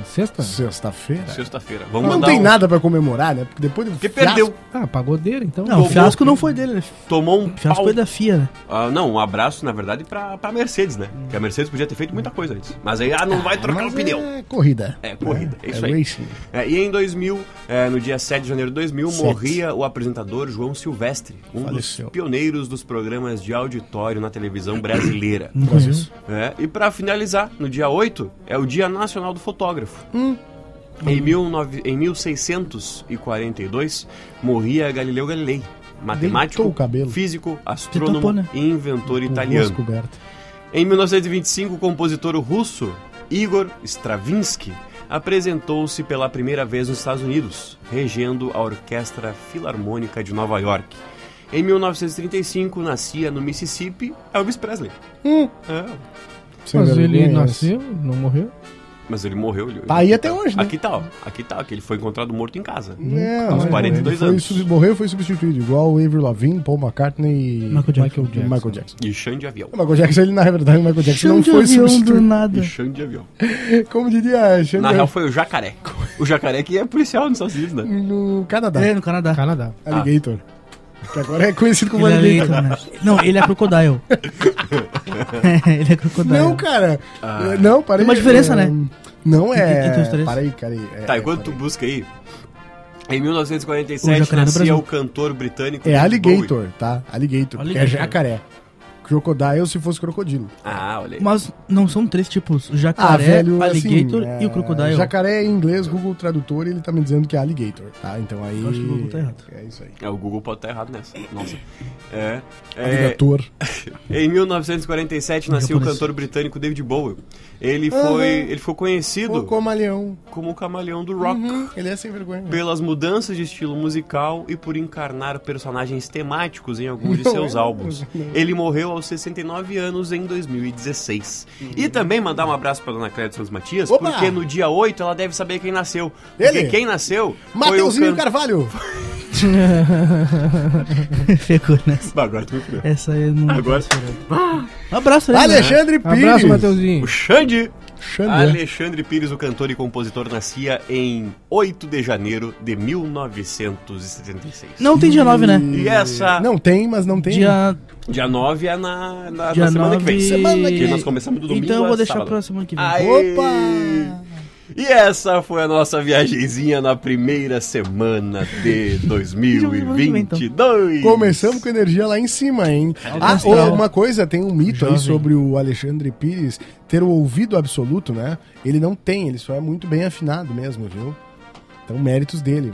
[SPEAKER 4] sexta.
[SPEAKER 1] Sexta-feira.
[SPEAKER 2] Sexta-feira. Vamos
[SPEAKER 1] Não
[SPEAKER 2] mandar
[SPEAKER 1] tem
[SPEAKER 2] um-
[SPEAKER 1] nada pra comemorar, né? Porque depois do
[SPEAKER 2] Porque
[SPEAKER 1] fiasco-
[SPEAKER 2] perdeu.
[SPEAKER 4] Ah, pagodeiro então.
[SPEAKER 3] Não, o
[SPEAKER 2] Tomou-
[SPEAKER 3] fiasco não foi dele, né?
[SPEAKER 2] Tomou um
[SPEAKER 3] O fiasco
[SPEAKER 2] pau.
[SPEAKER 3] foi da FIA, né?
[SPEAKER 2] Ah, não, um abraço, na verdade, pra, pra Mercedes, né? Porque a Mercedes podia ter feito muita coisa antes. Mas aí, ah, não vai trocar
[SPEAKER 1] Mas
[SPEAKER 2] o pneu.
[SPEAKER 1] É corrida.
[SPEAKER 2] É, corrida, é isso aí.
[SPEAKER 1] racing.
[SPEAKER 2] É, e em 2000, é, no dia 7 de janeiro de 2000,
[SPEAKER 1] Sete.
[SPEAKER 2] morria o apresentador João Silvestre, um
[SPEAKER 1] Faleceu.
[SPEAKER 2] dos pioneiros dos programas de auditório na televisão brasileira.
[SPEAKER 1] Brasil.
[SPEAKER 2] É, e pra finalizar, no dia 8 é o Dia Nacional do Fotógrafo.
[SPEAKER 1] Hum.
[SPEAKER 2] Em, 19 em 1642, morria Galileu Galilei, matemático,
[SPEAKER 1] o cabelo.
[SPEAKER 2] físico, astrônomo
[SPEAKER 3] tapou, né?
[SPEAKER 2] e inventor
[SPEAKER 1] Com o
[SPEAKER 2] italiano.
[SPEAKER 1] rosto coberto.
[SPEAKER 2] Em 1925, o compositor russo Igor Stravinsky apresentou-se pela primeira vez nos Estados Unidos, regendo a Orquestra Filarmônica de Nova York. Em 1935, nascia no Mississippi Elvis Presley.
[SPEAKER 1] Hum.
[SPEAKER 2] É,
[SPEAKER 1] Sem
[SPEAKER 4] Mas ele
[SPEAKER 1] vergonha, é
[SPEAKER 4] nasceu, não morreu.
[SPEAKER 2] mas ele morreu. Ele,
[SPEAKER 1] Tá aí até hoje, né? Hum. É.
[SPEAKER 2] Aqui tá, ó. Aqui tá, que ele foi encontrado morto em casa.
[SPEAKER 1] Não,
[SPEAKER 4] Aos
[SPEAKER 1] não,
[SPEAKER 2] 42
[SPEAKER 1] ele
[SPEAKER 2] anos.
[SPEAKER 1] Foi, sub- morreu e foi substituído, igual o Avery Lavigne, Paul McCartney e
[SPEAKER 3] Michael Jackson.
[SPEAKER 1] Michael Jackson. Michael Jackson.
[SPEAKER 2] E chão de avião.
[SPEAKER 1] O Michael Jackson, ele, na verdade, o Michael Jackson
[SPEAKER 3] Chão
[SPEAKER 1] não
[SPEAKER 3] de
[SPEAKER 1] foi
[SPEAKER 3] avião do
[SPEAKER 1] substituído.
[SPEAKER 3] nada.
[SPEAKER 2] E chão de avião.
[SPEAKER 1] Como diria
[SPEAKER 2] Na
[SPEAKER 1] Xander,
[SPEAKER 2] real, foi o jacaré. O jacaré que é policial nos Estados Unidos, né?
[SPEAKER 1] no Canadá.
[SPEAKER 3] É, no Canadá.
[SPEAKER 4] Canadá.
[SPEAKER 1] Alligator. Que agora é conhecido como
[SPEAKER 3] Ele é
[SPEAKER 1] Alligator.
[SPEAKER 3] Leica, né? Não, ele é Crocodile. ele é Crocodile.
[SPEAKER 1] Não, cara.
[SPEAKER 2] Ah.
[SPEAKER 1] Não, parei.
[SPEAKER 3] Tem uma diferença,
[SPEAKER 1] É,
[SPEAKER 3] né?
[SPEAKER 1] Não é.
[SPEAKER 3] Entre os três.
[SPEAKER 1] Parei, cara. É,
[SPEAKER 2] Tá,
[SPEAKER 1] é,
[SPEAKER 2] enquanto tu
[SPEAKER 1] parei.
[SPEAKER 2] busca aí. Em
[SPEAKER 3] O
[SPEAKER 2] 1947
[SPEAKER 3] jacaré do
[SPEAKER 2] nascia
[SPEAKER 3] Brasil.
[SPEAKER 2] o cantor britânico.
[SPEAKER 1] É
[SPEAKER 2] David
[SPEAKER 1] alligator,
[SPEAKER 2] Bowie.
[SPEAKER 1] tá? Alligator, que é
[SPEAKER 3] Alligator.
[SPEAKER 1] jacaré. Crocodile se fosse crocodilo.
[SPEAKER 2] Ah, olha aí.
[SPEAKER 3] Mas não são três tipos: o jacaré, alligator
[SPEAKER 1] Ah, assim,
[SPEAKER 3] e
[SPEAKER 1] é,
[SPEAKER 3] o crocodile.
[SPEAKER 1] Jacaré em inglês, Google Tradutor, ele tá me dizendo que é alligator, tá? Então aí.
[SPEAKER 3] Eu acho que o Google tá errado.
[SPEAKER 1] É isso aí.
[SPEAKER 2] É, o Google pode estar errado nessa. Nossa. É. é,
[SPEAKER 1] Alligator.
[SPEAKER 2] em 1947 nasceu o
[SPEAKER 3] Japonês.
[SPEAKER 2] cantor britânico David Bowie. Ele foi, ele ficou conhecido
[SPEAKER 1] O comalhão.
[SPEAKER 2] como o camaleão do rock
[SPEAKER 1] Uhum, é um, ele é sem vergonha.
[SPEAKER 2] pelas mudanças de estilo musical e por encarnar personagens temáticos em alguns de
[SPEAKER 1] Não,
[SPEAKER 2] seus
[SPEAKER 1] é,
[SPEAKER 2] álbuns. Ele morreu aos 69 anos em 2016. E também mandar um abraço pra dona Cléia de Santos Matias,
[SPEAKER 1] Uhum. Opa!
[SPEAKER 2] porque no dia 8 ela deve saber quem nasceu. Porque
[SPEAKER 1] Ele?
[SPEAKER 2] quem nasceu
[SPEAKER 1] Mateuzinho
[SPEAKER 2] foi o
[SPEAKER 1] Carvalho.
[SPEAKER 3] Ficou nessa.
[SPEAKER 2] Bah, Agora tu me fudeu.
[SPEAKER 3] Essa aí eu não.
[SPEAKER 2] Agora
[SPEAKER 3] Um abraço, né?
[SPEAKER 1] Alexandre Pires.
[SPEAKER 4] Abraço, Mateuzinho.
[SPEAKER 2] o Xande
[SPEAKER 1] Xander.
[SPEAKER 2] Alexandre Pires, o cantor e compositor, nascia em 8 de janeiro de 1976.
[SPEAKER 3] Não tem dia 9, né?
[SPEAKER 2] E essa.
[SPEAKER 1] Não tem, mas não Hum, tem.
[SPEAKER 3] Dia,
[SPEAKER 2] Dia 9 é na, na,
[SPEAKER 3] dia
[SPEAKER 2] na semana
[SPEAKER 3] 9.
[SPEAKER 2] que vem.
[SPEAKER 1] Semana que
[SPEAKER 2] Que nós começamos do domingo.
[SPEAKER 3] Então eu
[SPEAKER 2] a
[SPEAKER 3] vou deixar
[SPEAKER 2] sábado.
[SPEAKER 3] pra semana que vem.
[SPEAKER 2] Aê! E essa foi a nossa viagenzinha na primeira semana de 2022.
[SPEAKER 1] Começamos com energia lá em cima, hein? Ah,
[SPEAKER 3] É astral.
[SPEAKER 1] ou uma coisa, tem um mito aí
[SPEAKER 3] Jovem.
[SPEAKER 1] sobre o Alexandre Pires ter o ouvido absoluto, né? Ele não tem, ele só é muito bem afinado mesmo, viu? Então, méritos dele.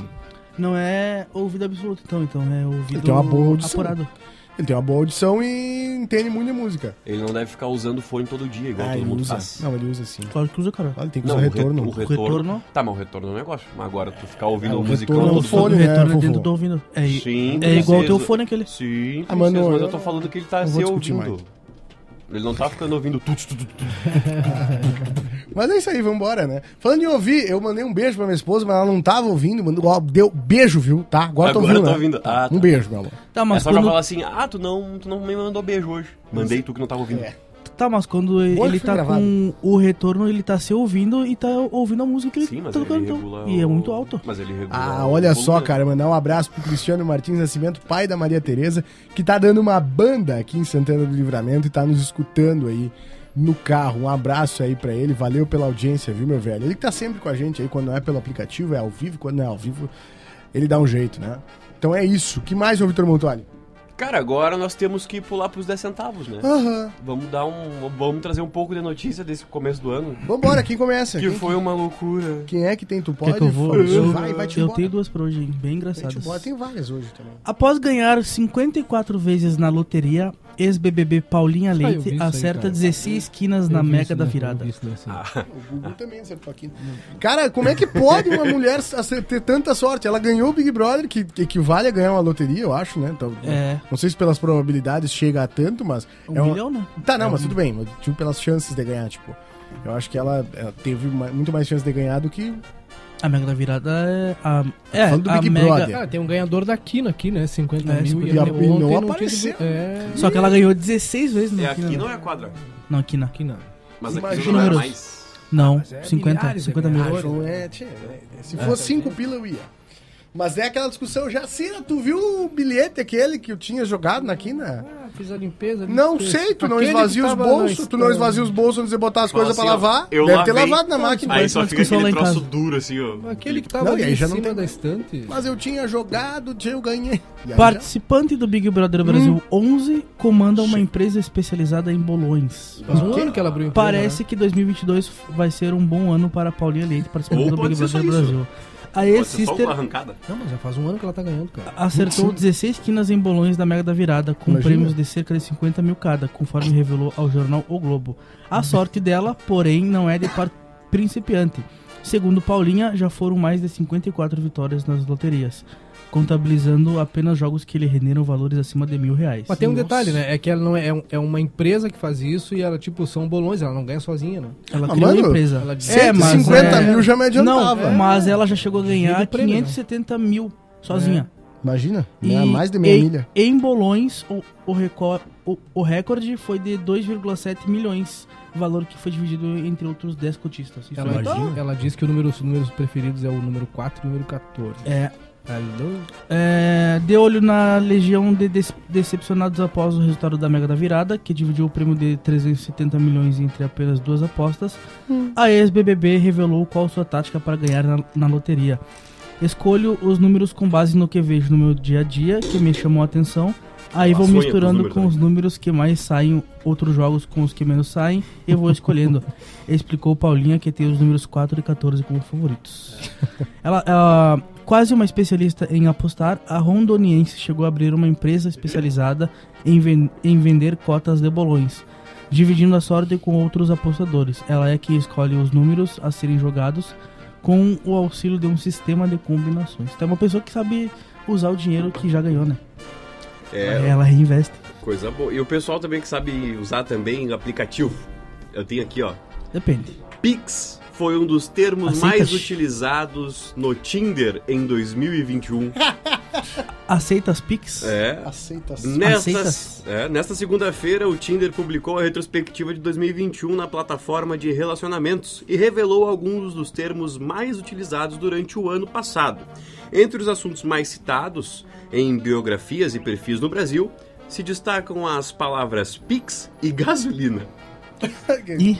[SPEAKER 3] Não é ouvido absoluto, então, então. É ouvido
[SPEAKER 1] Tem uma boa audição.
[SPEAKER 3] apurado.
[SPEAKER 1] Ele tem uma boa audição e entende muito de música.
[SPEAKER 2] Ele não deve ficar usando fone todo dia, igual
[SPEAKER 1] Ah,
[SPEAKER 2] todo
[SPEAKER 1] ele
[SPEAKER 2] mundo
[SPEAKER 1] usa.
[SPEAKER 2] faz.
[SPEAKER 1] Não, ele usa sim.
[SPEAKER 3] Claro que usa, cara.
[SPEAKER 1] Ah, Ele tem que
[SPEAKER 2] Não,
[SPEAKER 1] usar
[SPEAKER 2] o re-
[SPEAKER 1] retorno.
[SPEAKER 2] o retorno.
[SPEAKER 3] retorno?
[SPEAKER 2] Tá, mas o retorno é um negócio. Mas agora tu ficar
[SPEAKER 1] É,
[SPEAKER 2] ouvindo
[SPEAKER 1] o
[SPEAKER 2] o musicão
[SPEAKER 1] retorno é um
[SPEAKER 2] todo
[SPEAKER 1] fone,
[SPEAKER 3] o
[SPEAKER 1] né,
[SPEAKER 3] retorno é
[SPEAKER 1] vovô?
[SPEAKER 3] dentro do ouvido. É,
[SPEAKER 2] Sim,
[SPEAKER 3] é igual o teu
[SPEAKER 2] precisa.
[SPEAKER 3] fone aquele.
[SPEAKER 2] Sim,
[SPEAKER 1] Ah, mano,
[SPEAKER 2] princesa, mas
[SPEAKER 1] eu-
[SPEAKER 2] eu tô falando que ele tá
[SPEAKER 1] não
[SPEAKER 2] se
[SPEAKER 1] vou discutir
[SPEAKER 2] ouvindo.
[SPEAKER 1] mais.
[SPEAKER 2] Ele não tá ficando ouvindo tudo, tudo, tudo.
[SPEAKER 1] Mas é isso aí, vambora, né? Falando em ouvir, eu mandei um beijo pra minha esposa, mas ela não tava ouvindo. Mandou, ó, deu beijo, viu? Tá? Agora, tô ouvindo.
[SPEAKER 2] Agora eu tô
[SPEAKER 1] né?
[SPEAKER 2] ouvindo. Ah,
[SPEAKER 1] Um
[SPEAKER 2] tá.
[SPEAKER 1] beijo, meu amor.
[SPEAKER 3] Tá,
[SPEAKER 2] É
[SPEAKER 3] mas
[SPEAKER 2] só pra falar
[SPEAKER 3] quando.
[SPEAKER 2] assim, ah, tu não, tu não me mandou beijo hoje. Mandei tu que não tava ouvindo.
[SPEAKER 1] É.
[SPEAKER 3] Tá, mas quando
[SPEAKER 1] Bom,
[SPEAKER 3] ele
[SPEAKER 1] foi
[SPEAKER 3] tá
[SPEAKER 1] gravado.
[SPEAKER 3] com o retorno, ele tá se ouvindo e tá ouvindo a música que
[SPEAKER 2] Sim, mas
[SPEAKER 3] tá
[SPEAKER 2] ele
[SPEAKER 3] tocando. então.
[SPEAKER 2] regula
[SPEAKER 3] E é
[SPEAKER 2] o-
[SPEAKER 3] muito alto.
[SPEAKER 2] Mas ele regula
[SPEAKER 1] Ah,
[SPEAKER 2] o
[SPEAKER 1] olha só,
[SPEAKER 2] volume, né?
[SPEAKER 1] cara, mandar um abraço pro Cristiano Martins Nascimento, pai da Maria Tereza, que tá dando uma banda aqui em Santana do Livramento e tá nos escutando aí no carro. Um abraço aí pra ele, valeu pela audiência, viu, meu velho? Ele que tá sempre com a gente aí, quando não é pelo aplicativo, é ao vivo, quando não é ao vivo, ele dá um jeito, né? Então é isso. que mais, ô Vitor Montoli?
[SPEAKER 2] Cara, agora nós temos que pular pros 10 centavos, né?
[SPEAKER 1] Aham.
[SPEAKER 2] Vamos dar um. Vamos trazer um pouco de notícia desse começo do ano.
[SPEAKER 1] Vambora, quem
[SPEAKER 3] Tá
[SPEAKER 1] começa?
[SPEAKER 2] Que
[SPEAKER 1] Quem,
[SPEAKER 2] foi uma loucura.
[SPEAKER 1] quem é que tem? Tu pode?
[SPEAKER 3] Quer que eu vou?
[SPEAKER 1] Fabrício?
[SPEAKER 3] Eu,
[SPEAKER 1] vai, vai te
[SPEAKER 3] eu
[SPEAKER 1] embora.
[SPEAKER 3] tenho duas pra hoje, hein? Bem
[SPEAKER 1] Vai te um-
[SPEAKER 3] engraçadas.
[SPEAKER 1] embora. Tem várias hoje também.
[SPEAKER 3] Após ganhar 54 vezes na loteria, ex-BBB Paulinha
[SPEAKER 4] eu
[SPEAKER 3] Leite
[SPEAKER 4] vi isso aí,
[SPEAKER 3] acerta
[SPEAKER 4] cara.
[SPEAKER 3] 16 quinas na
[SPEAKER 4] Eu vi
[SPEAKER 3] Mega
[SPEAKER 4] isso
[SPEAKER 3] da
[SPEAKER 1] é
[SPEAKER 4] daí,
[SPEAKER 3] virada.
[SPEAKER 4] eu vi isso daí, sim.
[SPEAKER 1] O Gugu também acertou aqui. Cara, como é que pode uma mulher acer- ter tanta sorte? Ela ganhou o Big Brother, que que equivale a ganhar uma loteria, eu acho, né? Então,
[SPEAKER 3] É.
[SPEAKER 1] Não sei se pelas probabilidades chega a tanto, mas.
[SPEAKER 3] Um
[SPEAKER 1] é uma-
[SPEAKER 3] milhão, né?
[SPEAKER 1] Tá, não, mas tudo bem. mas, Tipo, pelas chances de ganhar, tipo. Eu acho que ela, ela teve ma- muito mais chance de ganhar do que.
[SPEAKER 3] A Mega da virada é. A, é,
[SPEAKER 1] Tá Falando do
[SPEAKER 3] a
[SPEAKER 1] Big
[SPEAKER 3] Mega,
[SPEAKER 1] Brother.
[SPEAKER 4] Ah, tem um ganhador da Quina aqui, né? 50
[SPEAKER 3] É,
[SPEAKER 4] mil.
[SPEAKER 3] 50
[SPEAKER 4] ontem
[SPEAKER 1] mil. E não
[SPEAKER 4] tinha-
[SPEAKER 1] apareceu.
[SPEAKER 4] É...
[SPEAKER 3] Só que ela ganhou 16 vezes
[SPEAKER 2] É
[SPEAKER 3] na
[SPEAKER 2] aqui,
[SPEAKER 3] Quina.
[SPEAKER 2] não
[SPEAKER 3] Não,
[SPEAKER 2] é a quadra.
[SPEAKER 3] não Quina.
[SPEAKER 4] Quina.
[SPEAKER 2] Mas aqui
[SPEAKER 1] Imagina
[SPEAKER 2] não é
[SPEAKER 3] números.
[SPEAKER 2] mais.
[SPEAKER 3] Não,
[SPEAKER 4] mas é
[SPEAKER 3] 50,
[SPEAKER 4] milhares,
[SPEAKER 3] 50 mil.
[SPEAKER 4] é milhares.
[SPEAKER 1] Ah, João, é, tchê, é, se fosse cinco pila, eu ia. Mas é aquela discussão já cena, tu viu o bilhete aquele que eu tinha jogado na quina?
[SPEAKER 4] Ah, fiz a limpeza.
[SPEAKER 1] Não
[SPEAKER 4] limpeza.
[SPEAKER 1] sei, tu não
[SPEAKER 4] Aquele
[SPEAKER 1] esvazia
[SPEAKER 4] que
[SPEAKER 1] os
[SPEAKER 4] tava
[SPEAKER 1] bolsos,
[SPEAKER 4] na-
[SPEAKER 1] tu não esvazia os bolsos antes de botar as
[SPEAKER 2] Fala
[SPEAKER 1] coisas pra
[SPEAKER 2] assim, ó,
[SPEAKER 1] lavar.
[SPEAKER 2] eu
[SPEAKER 1] Deve ter
[SPEAKER 2] lavei.
[SPEAKER 1] lavado na máquina.
[SPEAKER 2] Aí
[SPEAKER 3] parece
[SPEAKER 2] só
[SPEAKER 3] uma
[SPEAKER 2] fica
[SPEAKER 3] discussão
[SPEAKER 2] aquele
[SPEAKER 3] lá em
[SPEAKER 2] troço
[SPEAKER 3] casa. tá
[SPEAKER 2] duro, assim, ó.
[SPEAKER 4] Aquele que tava
[SPEAKER 1] Não, e
[SPEAKER 4] ali
[SPEAKER 1] aí
[SPEAKER 4] em
[SPEAKER 1] já
[SPEAKER 4] cima
[SPEAKER 1] não tem
[SPEAKER 4] da
[SPEAKER 1] mais.
[SPEAKER 4] estante.
[SPEAKER 1] Mas eu tinha jogado, tchê, eu ganhei. E aí
[SPEAKER 3] Participante do Big Brother
[SPEAKER 1] Hum.
[SPEAKER 3] Brasil 11 comanda uma empresa especializada em bolões.
[SPEAKER 4] Faz um ano que ela abriu empresa,
[SPEAKER 3] Parece que 2022 vai ser um bom ano para a Paulinha Leite, participante
[SPEAKER 2] Ou
[SPEAKER 3] do Big
[SPEAKER 2] pode ser só
[SPEAKER 3] Brother
[SPEAKER 2] isso.
[SPEAKER 3] Brasil. A
[SPEAKER 2] Pode ser só
[SPEAKER 3] ex-sister
[SPEAKER 2] uma arrancada.
[SPEAKER 4] Não, mas já faz um ano que ela tá ganhando,
[SPEAKER 3] Ah,
[SPEAKER 4] cara.
[SPEAKER 3] acertou 16 quinas em bolões da Mega da Virada, com
[SPEAKER 1] Imagina.
[SPEAKER 3] prêmios de cerca de 50 mil cada, conforme revelou ao jornal O Globo. A
[SPEAKER 1] Uhum.
[SPEAKER 3] sorte dela, porém, não é de par principiante. Segundo Paulinha, já foram mais de 54 vitórias nas loterias, contabilizando apenas jogos que lhe renderam valores acima de mil reais.
[SPEAKER 4] Mas tem um detalhe, né? É que ela não é, é um- é uma empresa que faz isso e ela, tipo, são bolões, ela não ganha sozinha, né?
[SPEAKER 3] Ela
[SPEAKER 1] Ah,
[SPEAKER 3] criou
[SPEAKER 1] mano,
[SPEAKER 3] uma empresa.
[SPEAKER 4] ela disse-
[SPEAKER 3] É, mas
[SPEAKER 1] 150
[SPEAKER 3] é-
[SPEAKER 1] mil já me
[SPEAKER 3] Não,
[SPEAKER 1] adiantava.
[SPEAKER 3] mas ela já chegou a ganhar
[SPEAKER 4] Cheio de prêmio, né?
[SPEAKER 3] 570 mil sozinha.
[SPEAKER 1] Imagina,
[SPEAKER 3] E
[SPEAKER 1] né? É. mais de meia
[SPEAKER 3] em,
[SPEAKER 1] milha.
[SPEAKER 3] Em bolões, o, o, recor- o- o recorde foi de 2,7 milhões, valor que foi dividido entre outros 10 cotistas. Isso é
[SPEAKER 4] Ela,
[SPEAKER 3] aí.
[SPEAKER 4] di- ela diz que o número, os números preferidos é o número 4 e o número 14.
[SPEAKER 3] É,
[SPEAKER 4] Alô?
[SPEAKER 3] é, de olho na legião de des- decepcionados após o resultado da Mega da Virada, que dividiu o prêmio de 370 milhões entre apenas duas apostas, a ex-BBB revelou qual sua tática para ganhar na, na loteria. Escolho os números com base no que vejo no meu dia a dia, que me chamou a atenção. Aí
[SPEAKER 2] Ela
[SPEAKER 3] vou
[SPEAKER 2] sonha com os
[SPEAKER 3] misturando
[SPEAKER 2] números
[SPEAKER 3] com os números que mais saem, outros jogos com os que menos saem, e vou escolhendo. Explicou Paulinha que tem os números 4 e 14 como favoritos. Ela, ela, quase uma especialista em apostar, a rondoniense chegou a abrir uma empresa especializada em, ven- em vender cotas de bolões, dividindo a sorte com outros apostadores. Ela é que escolhe os números a serem jogados com o auxílio de um sistema de combinações. Então é uma pessoa que sabe usar o dinheiro que já ganhou, né?
[SPEAKER 2] É,
[SPEAKER 3] Ela reinveste.
[SPEAKER 2] coisa boa. E o pessoal também que sabe usar também o aplicativo. Eu tenho aqui, ó.
[SPEAKER 3] Depende.
[SPEAKER 2] Pix foi um dos termos
[SPEAKER 3] Aceita.
[SPEAKER 2] mais utilizados no Tinder em 2021.
[SPEAKER 3] Aceita as pics?
[SPEAKER 2] É.
[SPEAKER 1] Aceita assim.
[SPEAKER 2] Nesta,
[SPEAKER 3] Aceitas?
[SPEAKER 2] é, nesta segunda-feira, o Tinder publicou a retrospectiva de 2021 na plataforma de relacionamentos e revelou alguns dos termos mais utilizados durante o ano passado. Entre os assuntos mais citados em biografias e perfis no Brasil, se destacam as palavras Pix e gasolina.
[SPEAKER 3] E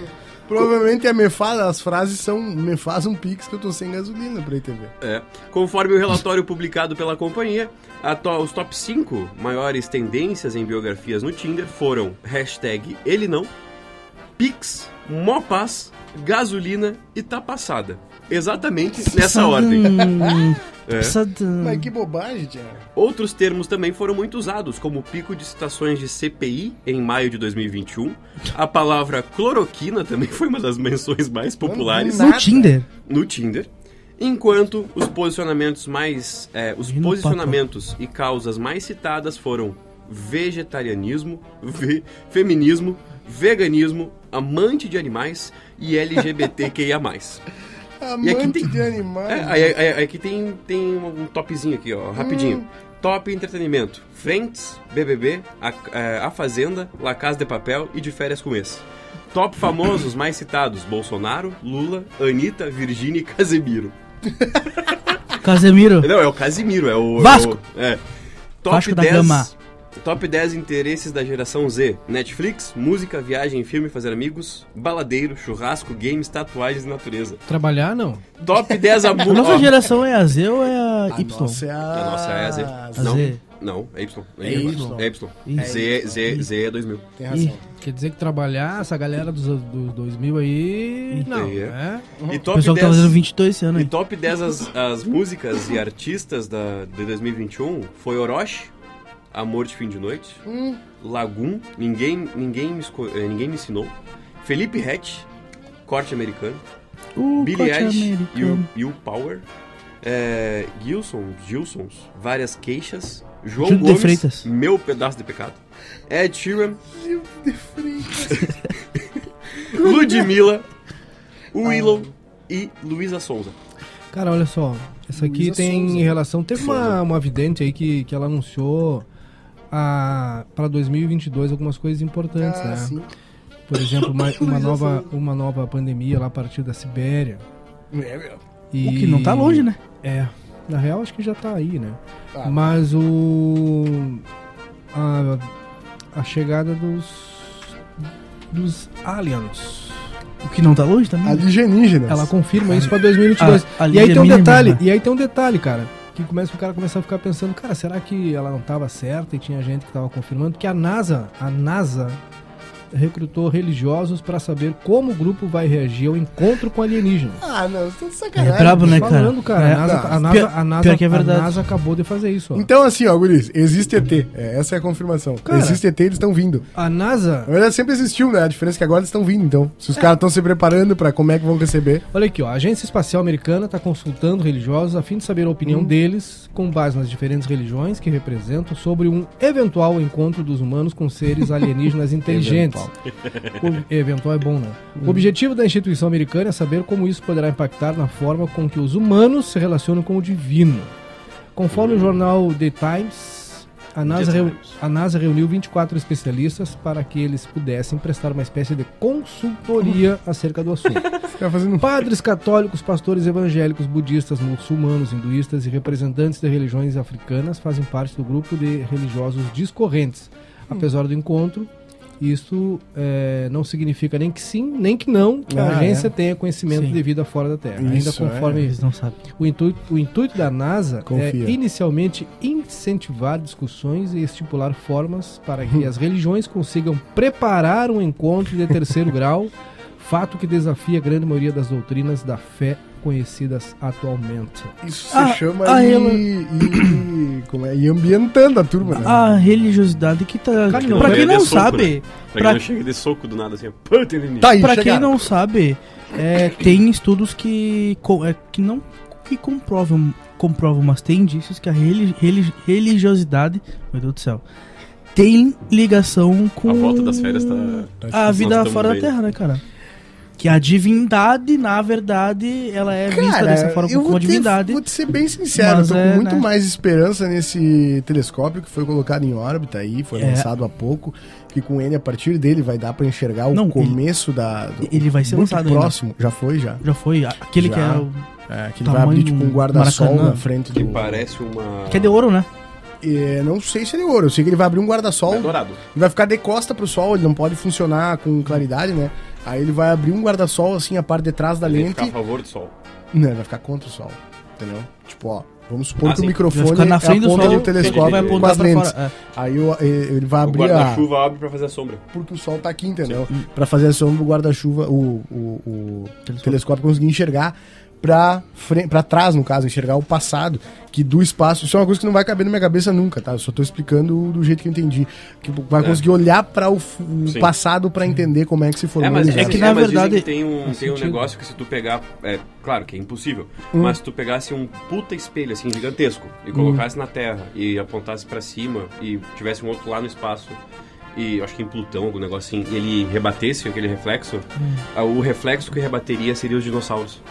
[SPEAKER 1] Provavelmente a me faz, as frases são me faz um pix que eu tô sem gasolina pra ITV.
[SPEAKER 2] É. Conforme o relatório publicado pela companhia, a to- os top 5 maiores tendências em biografias no Tinder foram hashtag ele não, Pix, Mopaz, gasolina e tá passada. Exatamente nessa ordem.
[SPEAKER 3] Hum,
[SPEAKER 2] É.
[SPEAKER 3] Sadam.
[SPEAKER 1] Mas que bobagem, Tia.
[SPEAKER 2] Outros termos também foram muito usados, como pico de citações de CPI em maio de 2021. A palavra cloroquina também foi uma das menções mais populares.
[SPEAKER 3] No Tinder?
[SPEAKER 2] no Tinder, enquanto os posicionamentos mais é, os
[SPEAKER 3] E no
[SPEAKER 2] posicionamentos e causas mais citadas foram vegetarianismo, ve- feminismo, veganismo, amante de animais e LGBTQIA+.
[SPEAKER 1] Amante
[SPEAKER 2] tem-
[SPEAKER 1] de animais.
[SPEAKER 2] É, aí, aí- aí aqui tem, tem um topzinho aqui, ó, rapidinho. Top entretenimento, Friends, BBB, a, é, A Fazenda, La Casa de Papel e De Férias com Ex. Top famosos mais citados, Bolsonaro, Lula, Anitta, Virgínia e Casemiro.
[SPEAKER 3] Casemiro?
[SPEAKER 2] Não, é o Casimiro, é o.
[SPEAKER 3] Vasco.
[SPEAKER 2] É. o- é. Top
[SPEAKER 3] Vasco da
[SPEAKER 2] 10.
[SPEAKER 3] Gama.
[SPEAKER 2] Top 10 interesses da geração Z: Netflix, música, viagem, filme, fazer amigos, baladeiro, churrasco, games, tatuagens e natureza.
[SPEAKER 4] Trabalhar, não.
[SPEAKER 2] Top 10 a
[SPEAKER 3] A nova
[SPEAKER 2] ó,
[SPEAKER 3] geração é a Z ou é a
[SPEAKER 1] A
[SPEAKER 3] Y?
[SPEAKER 1] nossa é
[SPEAKER 2] A
[SPEAKER 1] a...
[SPEAKER 2] nossa é a Z.
[SPEAKER 3] A
[SPEAKER 2] Não,
[SPEAKER 3] Ah, Z.
[SPEAKER 2] não, é Y.
[SPEAKER 1] É Y.
[SPEAKER 2] É Y.
[SPEAKER 3] Isso.
[SPEAKER 2] Z, Z, Z é 2000.
[SPEAKER 1] Tem razão.
[SPEAKER 4] Quer dizer que trabalhar, essa galera dos, dos 2000 aí. Não,
[SPEAKER 2] Ih.
[SPEAKER 4] né?
[SPEAKER 2] E
[SPEAKER 3] O
[SPEAKER 2] top
[SPEAKER 3] pessoal que tá
[SPEAKER 2] 10.
[SPEAKER 3] fazendo 22 esse ano
[SPEAKER 2] E
[SPEAKER 3] aí.
[SPEAKER 2] top 10 as, as músicas e artistas da, de 2021 foi um Orochi, Amor de Fim de Noite, Lagoon, ninguém, ninguém, me esco- eh, ninguém Me Ensinou, Felipe Hatch, Corte Americano,
[SPEAKER 3] O
[SPEAKER 2] Billy
[SPEAKER 3] corte
[SPEAKER 2] Eilish e o,
[SPEAKER 3] americano.
[SPEAKER 2] e o Power, é, Gilson, Gilsons, Várias Queixas, João
[SPEAKER 3] Júlio de
[SPEAKER 2] Gomes,
[SPEAKER 3] Freitas.
[SPEAKER 2] Meu Pedaço de Pecado, Ed Sheeran, Ludmilla, Willow e Luísa Souza.
[SPEAKER 4] Cara, olha só. Essa aqui
[SPEAKER 1] Luísa
[SPEAKER 4] tem
[SPEAKER 1] Sonza.
[SPEAKER 4] em relação. Teve uma, uma vidente aí que, que ela anunciou a, para 2022 algumas coisas importantes,
[SPEAKER 1] Ah,
[SPEAKER 4] né? Por exemplo, uma, uma, nova, uma nova pandemia lá a partir da Sibéria.
[SPEAKER 1] É, meu.
[SPEAKER 4] E...
[SPEAKER 3] O que não tá longe, né?
[SPEAKER 4] É. Na real, acho que já tá aí, né?
[SPEAKER 1] Ah.
[SPEAKER 4] Mas o. A, a chegada dos. Dos aliens.
[SPEAKER 3] O que não tá longe também. Ah, né?
[SPEAKER 1] Alienígenas.
[SPEAKER 4] Ela confirma isso pra 2022.
[SPEAKER 3] A- a
[SPEAKER 4] e aí
[SPEAKER 3] Lídia
[SPEAKER 4] tem um
[SPEAKER 3] mínima,
[SPEAKER 4] detalhe,
[SPEAKER 3] né?
[SPEAKER 4] e aí tem um detalhe, cara. Que começa o cara começar a ficar pensando, cara, será que ela não tava certa e tinha gente que tava confirmando? Porque a NASA, a NASA recrutou religiosos pra saber como o grupo vai reagir ao encontro com alienígenas.
[SPEAKER 1] Ah, não, você tá de
[SPEAKER 3] É
[SPEAKER 1] sacanagem.
[SPEAKER 3] brabo, né, cara?
[SPEAKER 4] Falando, cara,
[SPEAKER 3] É.
[SPEAKER 4] a NASA, a
[SPEAKER 1] não.
[SPEAKER 4] NASA,
[SPEAKER 3] Pior-
[SPEAKER 4] a NASA,
[SPEAKER 3] pior que é verdade.
[SPEAKER 4] a NASA acabou de fazer isso. Ó.
[SPEAKER 1] Então, assim, ó, guris, existe ET. É, essa é a confirmação.
[SPEAKER 4] Cara.
[SPEAKER 1] existe ET, eles estão vindo.
[SPEAKER 4] A NASA,
[SPEAKER 1] Na verdade, sempre existiu, né? A diferença é que agora eles estão vindo, então.
[SPEAKER 3] É.
[SPEAKER 1] Se os caras estão se preparando pra como é que vão receber.
[SPEAKER 4] olha aqui, ó, a Agência Espacial Americana está consultando religiosos a fim de saber a opinião deles com base nas diferentes religiões que representam sobre um eventual encontro dos humanos com seres alienígenas inteligentes. O, eventual é bom, né? O objetivo da instituição americana é saber como isso poderá impactar na forma com que os humanos se relacionam com o divino. Conforme o jornal The Times, a NASA, reu-
[SPEAKER 2] Times.
[SPEAKER 4] a NASA reuniu 24 especialistas para que eles pudessem prestar uma espécie de consultoria acerca do assunto.
[SPEAKER 1] Os caras fazendo um
[SPEAKER 4] Padres católicos, pastores evangélicos, budistas, muçulmanos, hinduístas e representantes de religiões africanas fazem parte do grupo de religiosos discorrentes. Apesar do encontro, isso eh, não significa nem que sim, nem que não que a
[SPEAKER 1] Ah,
[SPEAKER 4] agência
[SPEAKER 1] é.
[SPEAKER 4] tenha conhecimento
[SPEAKER 3] Sim.
[SPEAKER 4] de vida fora da Terra.
[SPEAKER 1] Isso, é.
[SPEAKER 4] Ainda conforme
[SPEAKER 3] Eles não sabem.
[SPEAKER 4] o, intuito, o intuito da NASA
[SPEAKER 1] Confia.
[SPEAKER 4] é inicialmente incentivar discussões e estipular formas para que as religiões consigam preparar um encontro de terceiro grau, fato que desafia a grande maioria das doutrinas da fé conhecidas atualmente.
[SPEAKER 1] Isso se
[SPEAKER 3] Ah,
[SPEAKER 1] chama
[SPEAKER 3] ah,
[SPEAKER 1] e,
[SPEAKER 3] ela-
[SPEAKER 1] e- como é, e ambientando a turma, né?
[SPEAKER 3] A religiosidade que tá.
[SPEAKER 4] Cara, não,
[SPEAKER 3] pra
[SPEAKER 4] não
[SPEAKER 3] quem
[SPEAKER 2] é
[SPEAKER 3] não
[SPEAKER 2] de soco,
[SPEAKER 3] sabe,
[SPEAKER 2] Pra,
[SPEAKER 3] Pra-
[SPEAKER 2] quem não chega de soco do nada assim, puta ele
[SPEAKER 1] Tá aí,
[SPEAKER 3] pra quem
[SPEAKER 1] chegaram.
[SPEAKER 3] não sabe, é, tem estudos que. co- é, que não. que comprovam, comprovam mas tem indícios que a reli- reli- religiosidade. Meu Deus do céu. Tem ligação com.
[SPEAKER 2] A volta das férias tá.
[SPEAKER 3] a
[SPEAKER 2] Nós
[SPEAKER 3] vida
[SPEAKER 2] tamo
[SPEAKER 3] fora
[SPEAKER 2] bem.
[SPEAKER 3] da Terra, né, cara? Que a divindade, na verdade, ela é vista
[SPEAKER 1] Cara,
[SPEAKER 3] dessa forma
[SPEAKER 1] eu
[SPEAKER 3] como
[SPEAKER 1] vou
[SPEAKER 3] uma
[SPEAKER 1] te-
[SPEAKER 3] divindade.
[SPEAKER 1] Vou te ser bem sincero, eu
[SPEAKER 3] Mas
[SPEAKER 1] tô
[SPEAKER 3] é,
[SPEAKER 1] com muito
[SPEAKER 3] né?
[SPEAKER 1] mais esperança nesse telescópio que foi colocado em órbita aí, foi
[SPEAKER 3] É.
[SPEAKER 1] lançado há pouco, que com ele, a partir dele, vai dar pra enxergar o
[SPEAKER 3] Não, ele-
[SPEAKER 1] começo da. do-
[SPEAKER 3] Ele vai ser
[SPEAKER 1] muito
[SPEAKER 3] lançado ainda.
[SPEAKER 1] próximo, já foi já.
[SPEAKER 3] Já foi a- aquele
[SPEAKER 1] Já.
[SPEAKER 3] que é, o-
[SPEAKER 1] É, que ele vai
[SPEAKER 3] Tamanho
[SPEAKER 1] abrir tipo um guarda-sol
[SPEAKER 3] Maracanã.
[SPEAKER 1] na frente do.
[SPEAKER 2] Que parece uma.
[SPEAKER 3] que é de ouro, né?
[SPEAKER 1] É, não sei se ele é ouro, eu sei que ele vai abrir um
[SPEAKER 2] É
[SPEAKER 1] guarda-sol
[SPEAKER 2] dourado.
[SPEAKER 1] Ele vai ficar de costa pro sol, ele não pode funcionar com claridade, né? Aí ele vai abrir um guarda-sol, assim, a parte de trás da
[SPEAKER 2] Tem que
[SPEAKER 1] lente.
[SPEAKER 2] ficar a favor do sol.
[SPEAKER 1] Não, ele vai ficar contra o sol, entendeu? Tipo, ó, vamos supor
[SPEAKER 2] Ah,
[SPEAKER 1] que
[SPEAKER 2] sim.
[SPEAKER 1] o
[SPEAKER 3] Vai
[SPEAKER 1] microfone
[SPEAKER 3] ficar na frente
[SPEAKER 1] é a
[SPEAKER 3] do
[SPEAKER 1] ponta
[SPEAKER 3] sol,
[SPEAKER 1] do telescópio
[SPEAKER 3] vai
[SPEAKER 1] com
[SPEAKER 3] apontar
[SPEAKER 1] as
[SPEAKER 3] pra
[SPEAKER 1] lentes.
[SPEAKER 3] fora. É.
[SPEAKER 1] Aí eu- eh, ele vai
[SPEAKER 2] O
[SPEAKER 1] abrir a...
[SPEAKER 2] guarda-chuva abre pra fazer a sombra.
[SPEAKER 1] Porque o sol tá aqui, entendeu? Pra fazer a sombra do guarda-chuva, o, o, o
[SPEAKER 3] Telescópio.
[SPEAKER 1] telescópio conseguir enxergar pra, frente, pra trás, no caso, enxergar o passado, que do espaço... Isso é uma coisa que não vai caber na minha cabeça nunca, tá? Eu só tô explicando do jeito que eu entendi. Que vai conseguir olhar pra o, fu- o
[SPEAKER 2] É. Sim.
[SPEAKER 1] passado pra entender como é que se formou o
[SPEAKER 3] é
[SPEAKER 1] universo.
[SPEAKER 3] que na
[SPEAKER 2] mas dizem
[SPEAKER 3] verdade-
[SPEAKER 2] que tem um,
[SPEAKER 3] faz
[SPEAKER 2] tem um
[SPEAKER 3] sentido. Hum.
[SPEAKER 2] negócio que se tu pegar. É, claro que é impossível. Mas se tu pegasse um puta espelho, assim, gigantesco, e
[SPEAKER 3] Hum.
[SPEAKER 2] colocasse na Terra, e apontasse pra cima, e tivesse um outro lá no espaço, e eu acho que em Plutão, algum negócio assim, e ele rebatesse aquele reflexo,
[SPEAKER 3] Hum.
[SPEAKER 2] ah, o reflexo que rebateria seria os dinossauros.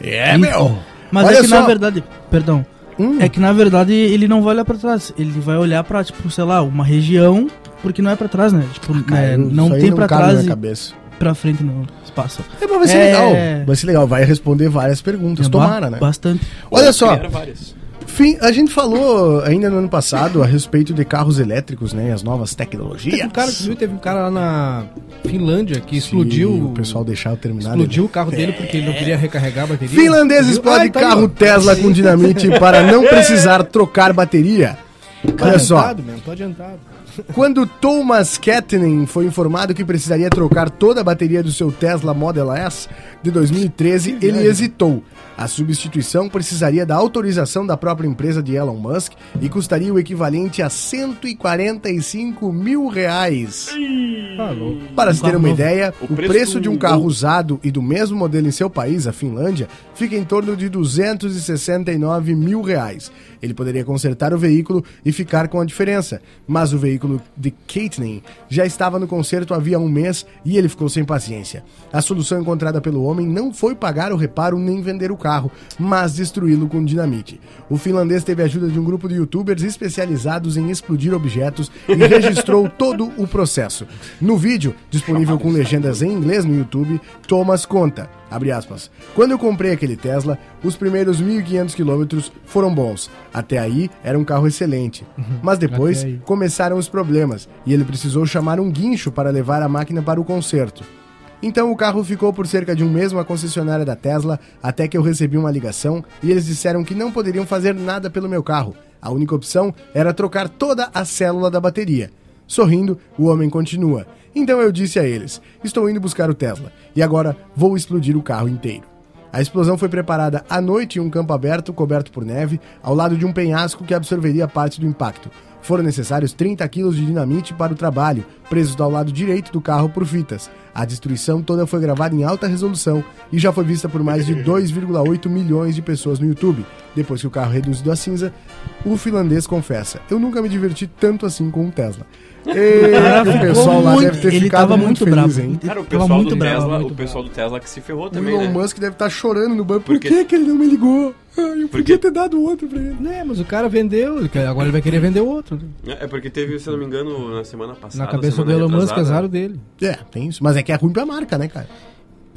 [SPEAKER 1] É, meu!
[SPEAKER 3] Mas
[SPEAKER 1] Olha
[SPEAKER 3] é que na
[SPEAKER 1] só.
[SPEAKER 3] verdade, perdão,
[SPEAKER 1] Hum.
[SPEAKER 3] é que na verdade ele não vai olhar pra trás, ele vai olhar pra, tipo, sei lá, uma região, porque não é pra trás, né? Tipo,
[SPEAKER 1] Ah, Cara,
[SPEAKER 3] né,
[SPEAKER 1] eu-
[SPEAKER 3] não
[SPEAKER 1] isso aí
[SPEAKER 3] tem pra
[SPEAKER 1] cabe na
[SPEAKER 3] trás
[SPEAKER 1] minha
[SPEAKER 3] e
[SPEAKER 1] cabeça.
[SPEAKER 3] pra frente no espaço.
[SPEAKER 1] É, mas vai ser
[SPEAKER 3] É.
[SPEAKER 1] legal. Vai ser legal. Vai responder várias perguntas.
[SPEAKER 4] É
[SPEAKER 3] Ba-
[SPEAKER 1] Tomara, né?
[SPEAKER 3] É, Bastante.
[SPEAKER 1] Olha só,
[SPEAKER 2] Criaram várias.
[SPEAKER 1] fim, a gente falou ainda no ano passado a respeito de carros elétricos, né? e As novas tecnologias.
[SPEAKER 4] Teve um cara, que viu, teve um cara lá na Finlândia que
[SPEAKER 1] Se
[SPEAKER 4] explodiu.
[SPEAKER 1] O pessoal deixar eu terminar.
[SPEAKER 4] explodiu o carro dele porque ele não queria recarregar a
[SPEAKER 1] né?
[SPEAKER 4] bateria.
[SPEAKER 1] Finlandês
[SPEAKER 4] Viu?
[SPEAKER 1] explode
[SPEAKER 4] Ah, tá aí,
[SPEAKER 1] carro
[SPEAKER 4] ó.
[SPEAKER 1] Tesla com dinamite para não precisar trocar bateria.
[SPEAKER 4] Tô
[SPEAKER 1] Olha só,
[SPEAKER 4] tá adiantado, man, tô adiantado.
[SPEAKER 1] Quando Thomas Kettering foi informado que precisaria trocar toda a bateria do seu Tesla Model S de 2013, ele hesitou. A substituição precisaria da autorização da própria empresa de Elon Musk e custaria o equivalente a 145 mil reais.
[SPEAKER 4] Falou.
[SPEAKER 1] Para se ter uma
[SPEAKER 4] novo.
[SPEAKER 1] ideia, o
[SPEAKER 2] O
[SPEAKER 1] preço,
[SPEAKER 2] preço
[SPEAKER 1] de um
[SPEAKER 2] do-
[SPEAKER 1] carro usado e do mesmo modelo em seu país, a Finlândia, fica em torno de 269 mil reais. Ele poderia consertar o veículo e ficar com a diferença, mas o veículo de Caitlin já estava no conserto havia um mês e ele ficou sem paciência. A solução encontrada pelo homem não foi pagar o reparo nem vender o carro, mas destruí-lo com dinamite. O finlandês teve a ajuda de um grupo de youtubers especializados em explodir objetos e registrou todo o processo. No vídeo, disponível com legendas em inglês no YouTube, Thomas conta, abre aspas, quando eu comprei aquele Tesla, os primeiros 1.500 quilômetros foram bons. Até aí, era um carro excelente. Mas depois,
[SPEAKER 4] Uhum. até aí.
[SPEAKER 1] começaram os problemas e ele precisou chamar um guincho para levar a máquina para o conserto. Então o carro ficou por cerca de um mês na concessionária da Tesla, até que eu recebi uma ligação e eles disseram que não poderiam fazer nada pelo meu carro. A única opção era trocar toda a célula da bateria. Sorrindo, o homem continua. Então eu disse a eles: Estou indo buscar o Tesla e agora vou explodir o carro inteiro. A explosão foi preparada à noite em um campo aberto coberto por neve, ao lado de um penhasco que absorveria parte do impacto. Foram necessários 30 quilos de dinamite para o trabalho, presos ao lado direito do carro por fitas. A destruição toda foi gravada em alta resolução e já foi vista por mais de 2,8 milhões de pessoas no YouTube. Depois que o carro é reduzido a cinza, o finlandês confessa: Eu nunca me diverti tanto assim com um Tesla. Eita, o pessoal lá deve ter
[SPEAKER 3] ele
[SPEAKER 1] ficado
[SPEAKER 3] tava
[SPEAKER 1] muito,
[SPEAKER 3] muito,
[SPEAKER 1] feliz,
[SPEAKER 3] bravo.
[SPEAKER 1] hein?
[SPEAKER 3] Ele
[SPEAKER 2] Cara, o
[SPEAKER 3] tava
[SPEAKER 2] pessoal
[SPEAKER 3] muito
[SPEAKER 2] do
[SPEAKER 3] bravo,
[SPEAKER 2] Tesla,
[SPEAKER 3] muito
[SPEAKER 2] o pessoal do Tesla que se ferrou
[SPEAKER 1] O
[SPEAKER 2] também,
[SPEAKER 1] Elon
[SPEAKER 2] né?
[SPEAKER 1] Musk deve estar chorando no banco. Por
[SPEAKER 2] Porque-
[SPEAKER 1] que, que ele não me ligou? Ah, Eu podia
[SPEAKER 2] Porque-
[SPEAKER 1] ter dado outro pra ele.
[SPEAKER 4] Não, é, mas o cara vendeu, ele quer- agora ele vai querer vender outro. né?
[SPEAKER 2] É porque teve, se eu não me engano, na semana passada.
[SPEAKER 4] Na cabeça do
[SPEAKER 2] semana
[SPEAKER 4] Elon Musk,
[SPEAKER 2] retrasada,
[SPEAKER 4] azar o dele.
[SPEAKER 1] É, tem isso. Mas é que é ruim pra marca, né, cara?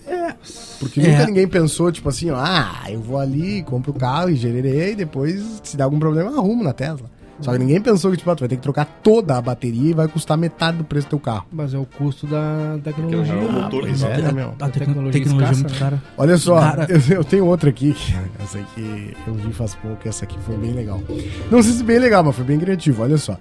[SPEAKER 1] É. Porque nunca
[SPEAKER 3] É.
[SPEAKER 1] ninguém pensou, tipo assim, ó, ah, eu vou ali, compro o carro e gererei, e depois, se der algum problema, eu arrumo na Tesla. Só que ninguém pensou que, tipo, ah, tu vai ter que trocar toda a bateria e vai custar metade do preço do teu carro.
[SPEAKER 4] Mas é o custo da tecnologia.
[SPEAKER 2] Porque não é o
[SPEAKER 4] né?
[SPEAKER 2] motor
[SPEAKER 1] pois
[SPEAKER 2] que
[SPEAKER 1] é, né, meu?
[SPEAKER 3] A tecnologia, tecnologia
[SPEAKER 4] Tecnologia escassa,
[SPEAKER 3] muito
[SPEAKER 2] né?
[SPEAKER 3] cara.
[SPEAKER 1] Olha só,
[SPEAKER 3] Cara-
[SPEAKER 1] eu, eu tenho outra aqui. Essa aqui eu vi faz pouco, essa aqui foi bem legal. Não sei se bem legal, mas foi bem criativo, olha só.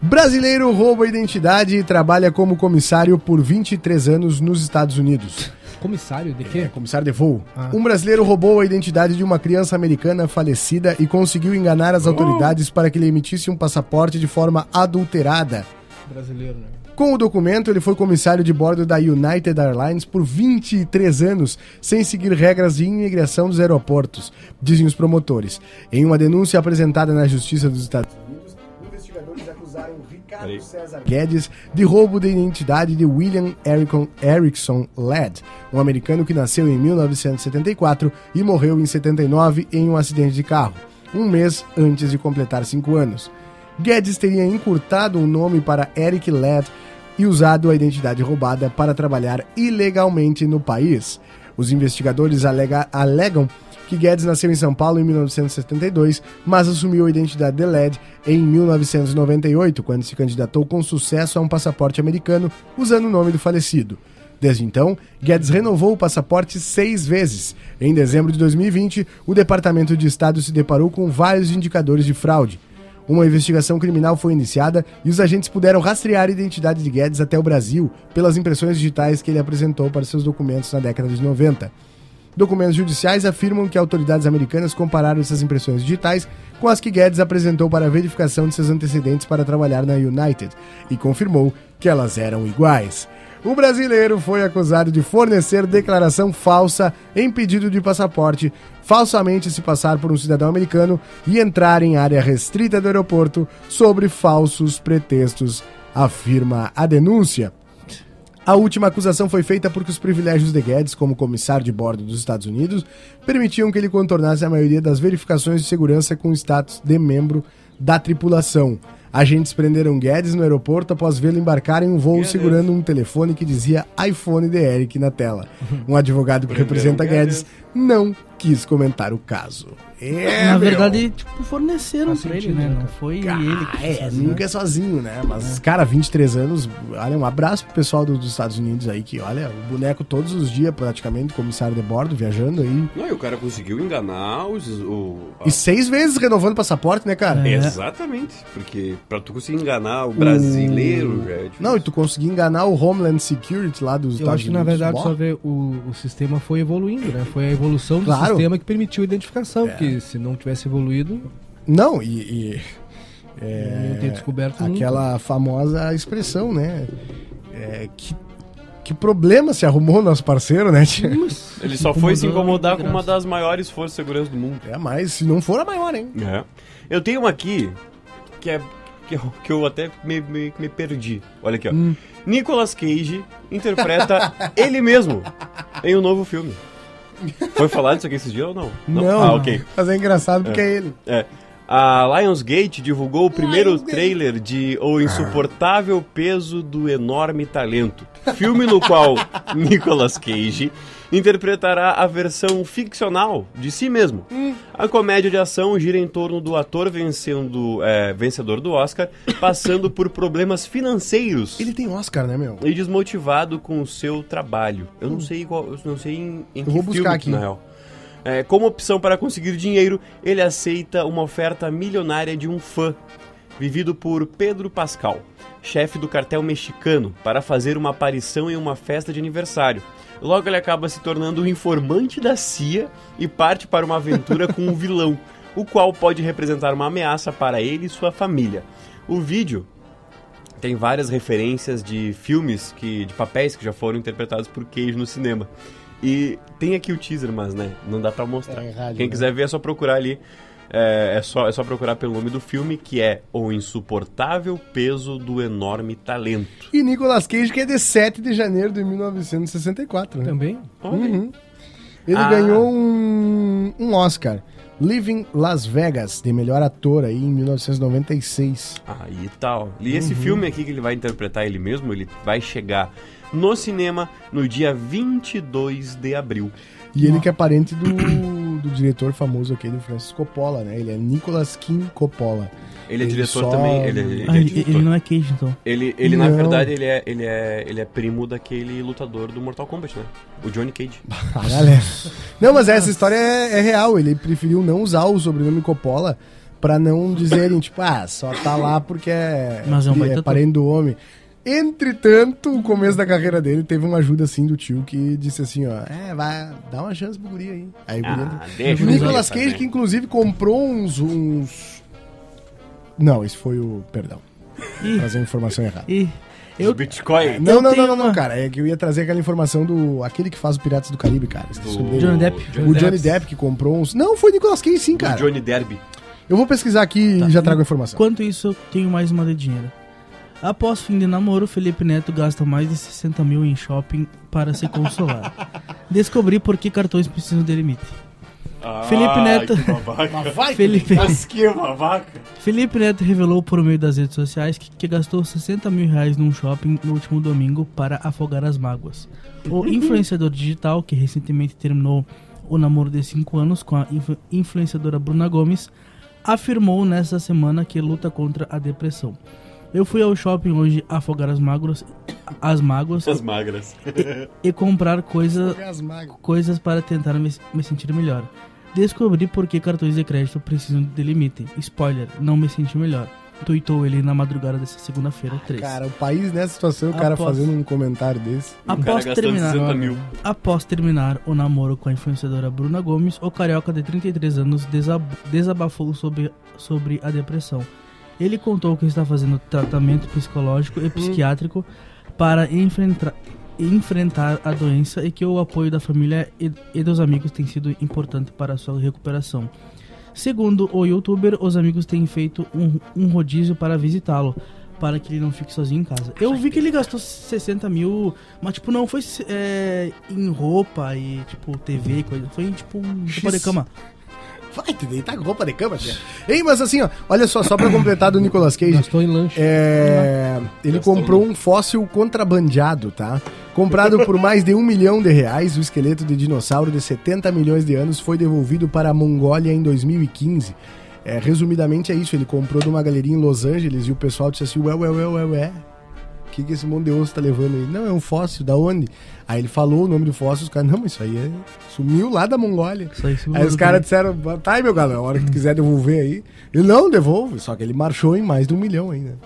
[SPEAKER 1] Brasileiro rouba a identidade e trabalha como comissário por 23 anos nos Estados Unidos.
[SPEAKER 4] Comissário de quê?
[SPEAKER 1] Comissário de voo.
[SPEAKER 4] Ah.
[SPEAKER 1] Um brasileiro roubou a identidade de uma criança americana falecida e conseguiu enganar as autoridades para que lhe emitisse um passaporte de forma adulterada.
[SPEAKER 4] Brasileiro, né?
[SPEAKER 1] Com o documento, ele foi comissário de bordo da United Airlines por 23 anos, sem seguir regras de imigração dos aeroportos, dizem os promotores. Em uma denúncia apresentada na Justiça dos Estados Unidos, investigadores acusaram Ricardo
[SPEAKER 2] Peraí.
[SPEAKER 1] César Guedes de roubo de identidade de William Ericon- Erickson Ladd, um americano que nasceu em 1974 e morreu em 79 em um acidente de carro, um mês antes de completar cinco anos. Guedes teria encurtado o nome para Eric Ladd e usado a identidade roubada para trabalhar ilegalmente no país. Os investigadores alega- alegam que Guedes nasceu em São Paulo em 1972, mas assumiu a identidade de Ladd em 1998, quando se candidatou com sucesso a um passaporte americano usando o nome do falecido. Desde então, Guedes renovou o passaporte seis vezes. Em dezembro de 2020, o Departamento de Estado se deparou com vários indicadores de fraude. Uma investigação criminal foi iniciada e os agentes puderam rastrear a identidade de Guedes até o Brasil pelas impressões digitais que ele apresentou para seus documentos na década de 90. Documentos judiciais afirmam que autoridades americanas compararam essas impressões digitais com as que Guedes apresentou para a verificação de seus antecedentes para trabalhar na United e confirmou que elas eram iguais. O brasileiro foi acusado de fornecer declaração falsa em pedido de passaporte, falsamente se passar por um cidadão americano e entrar em área restrita do aeroporto sobre falsos pretextos, afirma a denúncia. A última acusação foi feita porque os privilégios de Guedes como comissário de bordo dos Estados Unidos permitiam que ele contornasse a maioria das verificações de segurança com status de membro da tripulação. Agentes prenderam Guedes no aeroporto após vê-lo embarcar em um voo segurando um telefone que dizia iPhone de Eric na tela. Um advogado que representa Guedes não quis comentar o caso. É,
[SPEAKER 3] Na
[SPEAKER 1] meu.
[SPEAKER 3] verdade, tipo, forneceram
[SPEAKER 4] Faz
[SPEAKER 3] pra ele,
[SPEAKER 4] sentido,
[SPEAKER 3] né?
[SPEAKER 4] né,
[SPEAKER 3] Não
[SPEAKER 4] cara?
[SPEAKER 3] foi
[SPEAKER 1] Ah,
[SPEAKER 3] ele que
[SPEAKER 1] é,
[SPEAKER 3] fez sozinho.
[SPEAKER 1] nunca é sozinho, né? Mas, cara, 23 anos, olha, um abraço pro pessoal do- dos Estados Unidos aí, que olha, o boneco todos os dias, praticamente, comissário de bordo, viajando aí.
[SPEAKER 6] Não, e o cara conseguiu enganar os. O, a-
[SPEAKER 1] E seis vezes renovando o passaporte, né, cara?
[SPEAKER 3] É.
[SPEAKER 6] Exatamente. Porque pra tu conseguir enganar o brasileiro já é difícil.
[SPEAKER 1] Não, e tu conseguir enganar o Homeland Security lá dos
[SPEAKER 4] Eu
[SPEAKER 1] Estados
[SPEAKER 4] acho que na
[SPEAKER 1] Unidos.
[SPEAKER 4] verdade
[SPEAKER 1] Bom,
[SPEAKER 4] só ver o, o sistema foi evoluindo, né? Foi a evolução do
[SPEAKER 1] Claro. É.
[SPEAKER 4] sistema que permitiu a identificação, porque se não tivesse evoluído,
[SPEAKER 1] Não, e- e
[SPEAKER 4] não ia ter descoberto nunca.
[SPEAKER 1] É. aquela famosa expressão, né? É, que, que problema se arrumou nosso parceiro, né? tia?
[SPEAKER 2] Ele
[SPEAKER 3] tipo,
[SPEAKER 2] só foi se
[SPEAKER 3] Incomodou,
[SPEAKER 2] incomodar com
[SPEAKER 3] graças.
[SPEAKER 2] uma das maiores forças de segurança do mundo.
[SPEAKER 1] É, mas se não for a maior, hein?
[SPEAKER 6] É.
[SPEAKER 2] Eu tenho uma aqui que é que eu, que eu até me, me, me perdi. Olha aqui, ó. Nicolas Cage interpreta ele mesmo em um novo filme. Foi falar disso aqui esses dias ou não? Ah, ok.
[SPEAKER 1] Mas é engraçado porque é ele.
[SPEAKER 2] É. A Lionsgate divulgou o primeiro trailer de O Insuportável Peso do Enorme Talento, filme no qual Nicolas Cage interpretará a versão ficcional de si mesmo. A comédia de ação gira em torno do ator vencendo, é, vencedor do Oscar, passando por problemas financeiros
[SPEAKER 1] Ele tem Oscar, né, meu?
[SPEAKER 2] e desmotivado com o seu trabalho. Eu não sei qual, eu não sei em, em que
[SPEAKER 1] Hum. vou
[SPEAKER 2] filme,
[SPEAKER 1] buscar aqui.
[SPEAKER 2] na real. É, como opção para conseguir dinheiro, ele aceita uma oferta milionária de um fã, vivido por Pedro Pascal, chefe do cartel mexicano, para fazer uma aparição em uma festa de aniversário. Logo ele acaba se tornando um informante da CIA e parte para uma aventura com um vilão, o qual pode representar uma ameaça para ele e sua família. O vídeo tem várias referências de filmes que de papéis que já foram interpretados por Cage no cinema. E tem aqui o teaser, mas né, não dá pra mostrar.
[SPEAKER 1] É, errado,
[SPEAKER 2] Quem
[SPEAKER 1] né?
[SPEAKER 2] quiser ver é só procurar ali. É, é só, é só procurar pelo nome do filme, que é O Insuportável Peso do Enorme Talento.
[SPEAKER 1] E Nicolas Cage, que é de 7 de janeiro de 1964,
[SPEAKER 3] Então,
[SPEAKER 1] né?
[SPEAKER 4] Também.
[SPEAKER 1] Uhum. Ele
[SPEAKER 2] Ah.
[SPEAKER 1] ganhou um, um Oscar. Living Las Vegas, de melhor ator aí em 1996.
[SPEAKER 2] Aí tal. E
[SPEAKER 1] Uhum.
[SPEAKER 2] esse filme aqui que ele vai interpretar ele mesmo, ele vai chegar no cinema no dia 22 de abril.
[SPEAKER 1] E ele que é parente do, do diretor famoso aqui, do Francis Coppola, né? Ele é Nicolas Kim Coppola.
[SPEAKER 2] Ele é
[SPEAKER 1] Ele
[SPEAKER 2] diretor
[SPEAKER 1] só-
[SPEAKER 2] também. Ele, ele,
[SPEAKER 3] Ah,
[SPEAKER 2] é
[SPEAKER 3] ele,
[SPEAKER 2] diretor.
[SPEAKER 3] ele não é Cage, então.
[SPEAKER 2] Ele, ele na
[SPEAKER 1] Não.
[SPEAKER 2] verdade, ele é, ele, é, ele é primo daquele lutador do Mortal Kombat, né? O Johnny Cage.
[SPEAKER 1] Ah, galera. Não, mas essa história é, é real. Ele preferiu não usar o sobrenome Coppola pra não dizerem, tipo, ah, só tá lá porque é,
[SPEAKER 3] Mas é um baita
[SPEAKER 1] é parente do homem. Entretanto, o começo da carreira dele teve uma ajuda assim do tio que disse assim, ó, é, vai, dá uma chance pro guri aí. Aí o guri entrou.
[SPEAKER 2] Ah, deixa
[SPEAKER 1] O
[SPEAKER 2] eu
[SPEAKER 1] Nicolas
[SPEAKER 2] fazer.
[SPEAKER 1] Cage, que inclusive comprou uns, uns. Não, esse foi o. Perdão.
[SPEAKER 3] Ih.
[SPEAKER 1] Trazer a informação errada.
[SPEAKER 3] E
[SPEAKER 2] Os Bitcoin.
[SPEAKER 1] Não,
[SPEAKER 3] Eu
[SPEAKER 1] não,
[SPEAKER 3] tenho
[SPEAKER 1] não, não, não,
[SPEAKER 3] uma-
[SPEAKER 1] cara. É que eu ia trazer aquela informação do. Aquele que faz o Piratas do Caribe, cara. Esqueci o nome dele.
[SPEAKER 3] Johnny Depp.
[SPEAKER 1] O Johnny Depp que comprou uns. Não, foi Nicolas Cage sim,
[SPEAKER 2] O
[SPEAKER 1] cara.
[SPEAKER 2] Johnny Derby.
[SPEAKER 1] Eu vou pesquisar aqui
[SPEAKER 3] Tá.
[SPEAKER 1] e já trago a informação.
[SPEAKER 3] Enquanto isso, eu tenho mais uma de dinheiro. Após fim de namoro, Felipe Neto gasta mais de 60 mil em shopping para se consolar. Descobri por que cartões precisam de limite. Felipe Neto. Felipe... Felipe Neto revelou por meio das redes sociais que, que gastou 60 mil reais num shopping no último domingo para afogar as mágoas. O influenciador digital, que recentemente terminou o namoro de 5 anos com a influ- influenciadora Bruna Gomes, afirmou nesta semana que luta contra a depressão. Eu fui ao shopping hoje afogar as mágoas, as mágoas
[SPEAKER 2] As magras.
[SPEAKER 3] e comprar coisa, coisas para tentar me, me sentir melhor. Descobri por que cartões de crédito precisam de limite. Spoiler, não me senti melhor. Tuitou ele na madrugada dessa segunda-feira, 3.
[SPEAKER 1] Cara, o país nessa situação, o cara
[SPEAKER 3] Aposto.
[SPEAKER 1] fazendo um comentário desse.
[SPEAKER 2] O cara
[SPEAKER 3] após,
[SPEAKER 2] gastando
[SPEAKER 3] terminar,
[SPEAKER 2] 60 mil.
[SPEAKER 3] após terminar o namoro com a influenciadora Bruna Gomes, o carioca de 33 anos desab- desabafou sobre, sobre a depressão. Ele contou que está fazendo tratamento psicológico
[SPEAKER 1] Hum.
[SPEAKER 3] e psiquiátrico para enfrentar, enfrentar a doença e que o apoio da família e, e dos amigos tem sido importante para a sua recuperação. Segundo o youtuber, os amigos têm feito um, um rodízio para visitá-lo, para que ele não fique sozinho em casa. Eu vi que ele gastou 60 mil, mas tipo, não foi é, em roupa e tipo TV e coisa, foi em tipo um roupa de cama.
[SPEAKER 1] Vai te deitar com roupa de cama, tia. Ei, mas assim, ó, olha só, só pra completar do Nicolas Cage.
[SPEAKER 4] Gastou em lanche.
[SPEAKER 1] É, ele comprou um fóssil contrabandeado, tá? Comprado por mais de um milhão de reais, o esqueleto de dinossauro de 70 milhões de anos foi devolvido para a Mongólia em 2015. É, resumidamente é isso, ele comprou de uma galeria em Los Angeles e o pessoal disse assim, ué, ué, ué, ué, ué. O que, que esse monte de osso tá levando aí? Não, é um fóssil, da onde? Aí ele falou o nome do fóssil, os caras, não, mas isso aí é... sumiu lá da Mongólia.
[SPEAKER 3] Isso aí, isso
[SPEAKER 1] Aí os
[SPEAKER 3] muda
[SPEAKER 1] caras
[SPEAKER 3] também.
[SPEAKER 1] disseram, tá aí, meu galera, a hora que tu quiser devolver aí. Ele, não, devolve. Só que ele marchou em mais de um milhão ainda.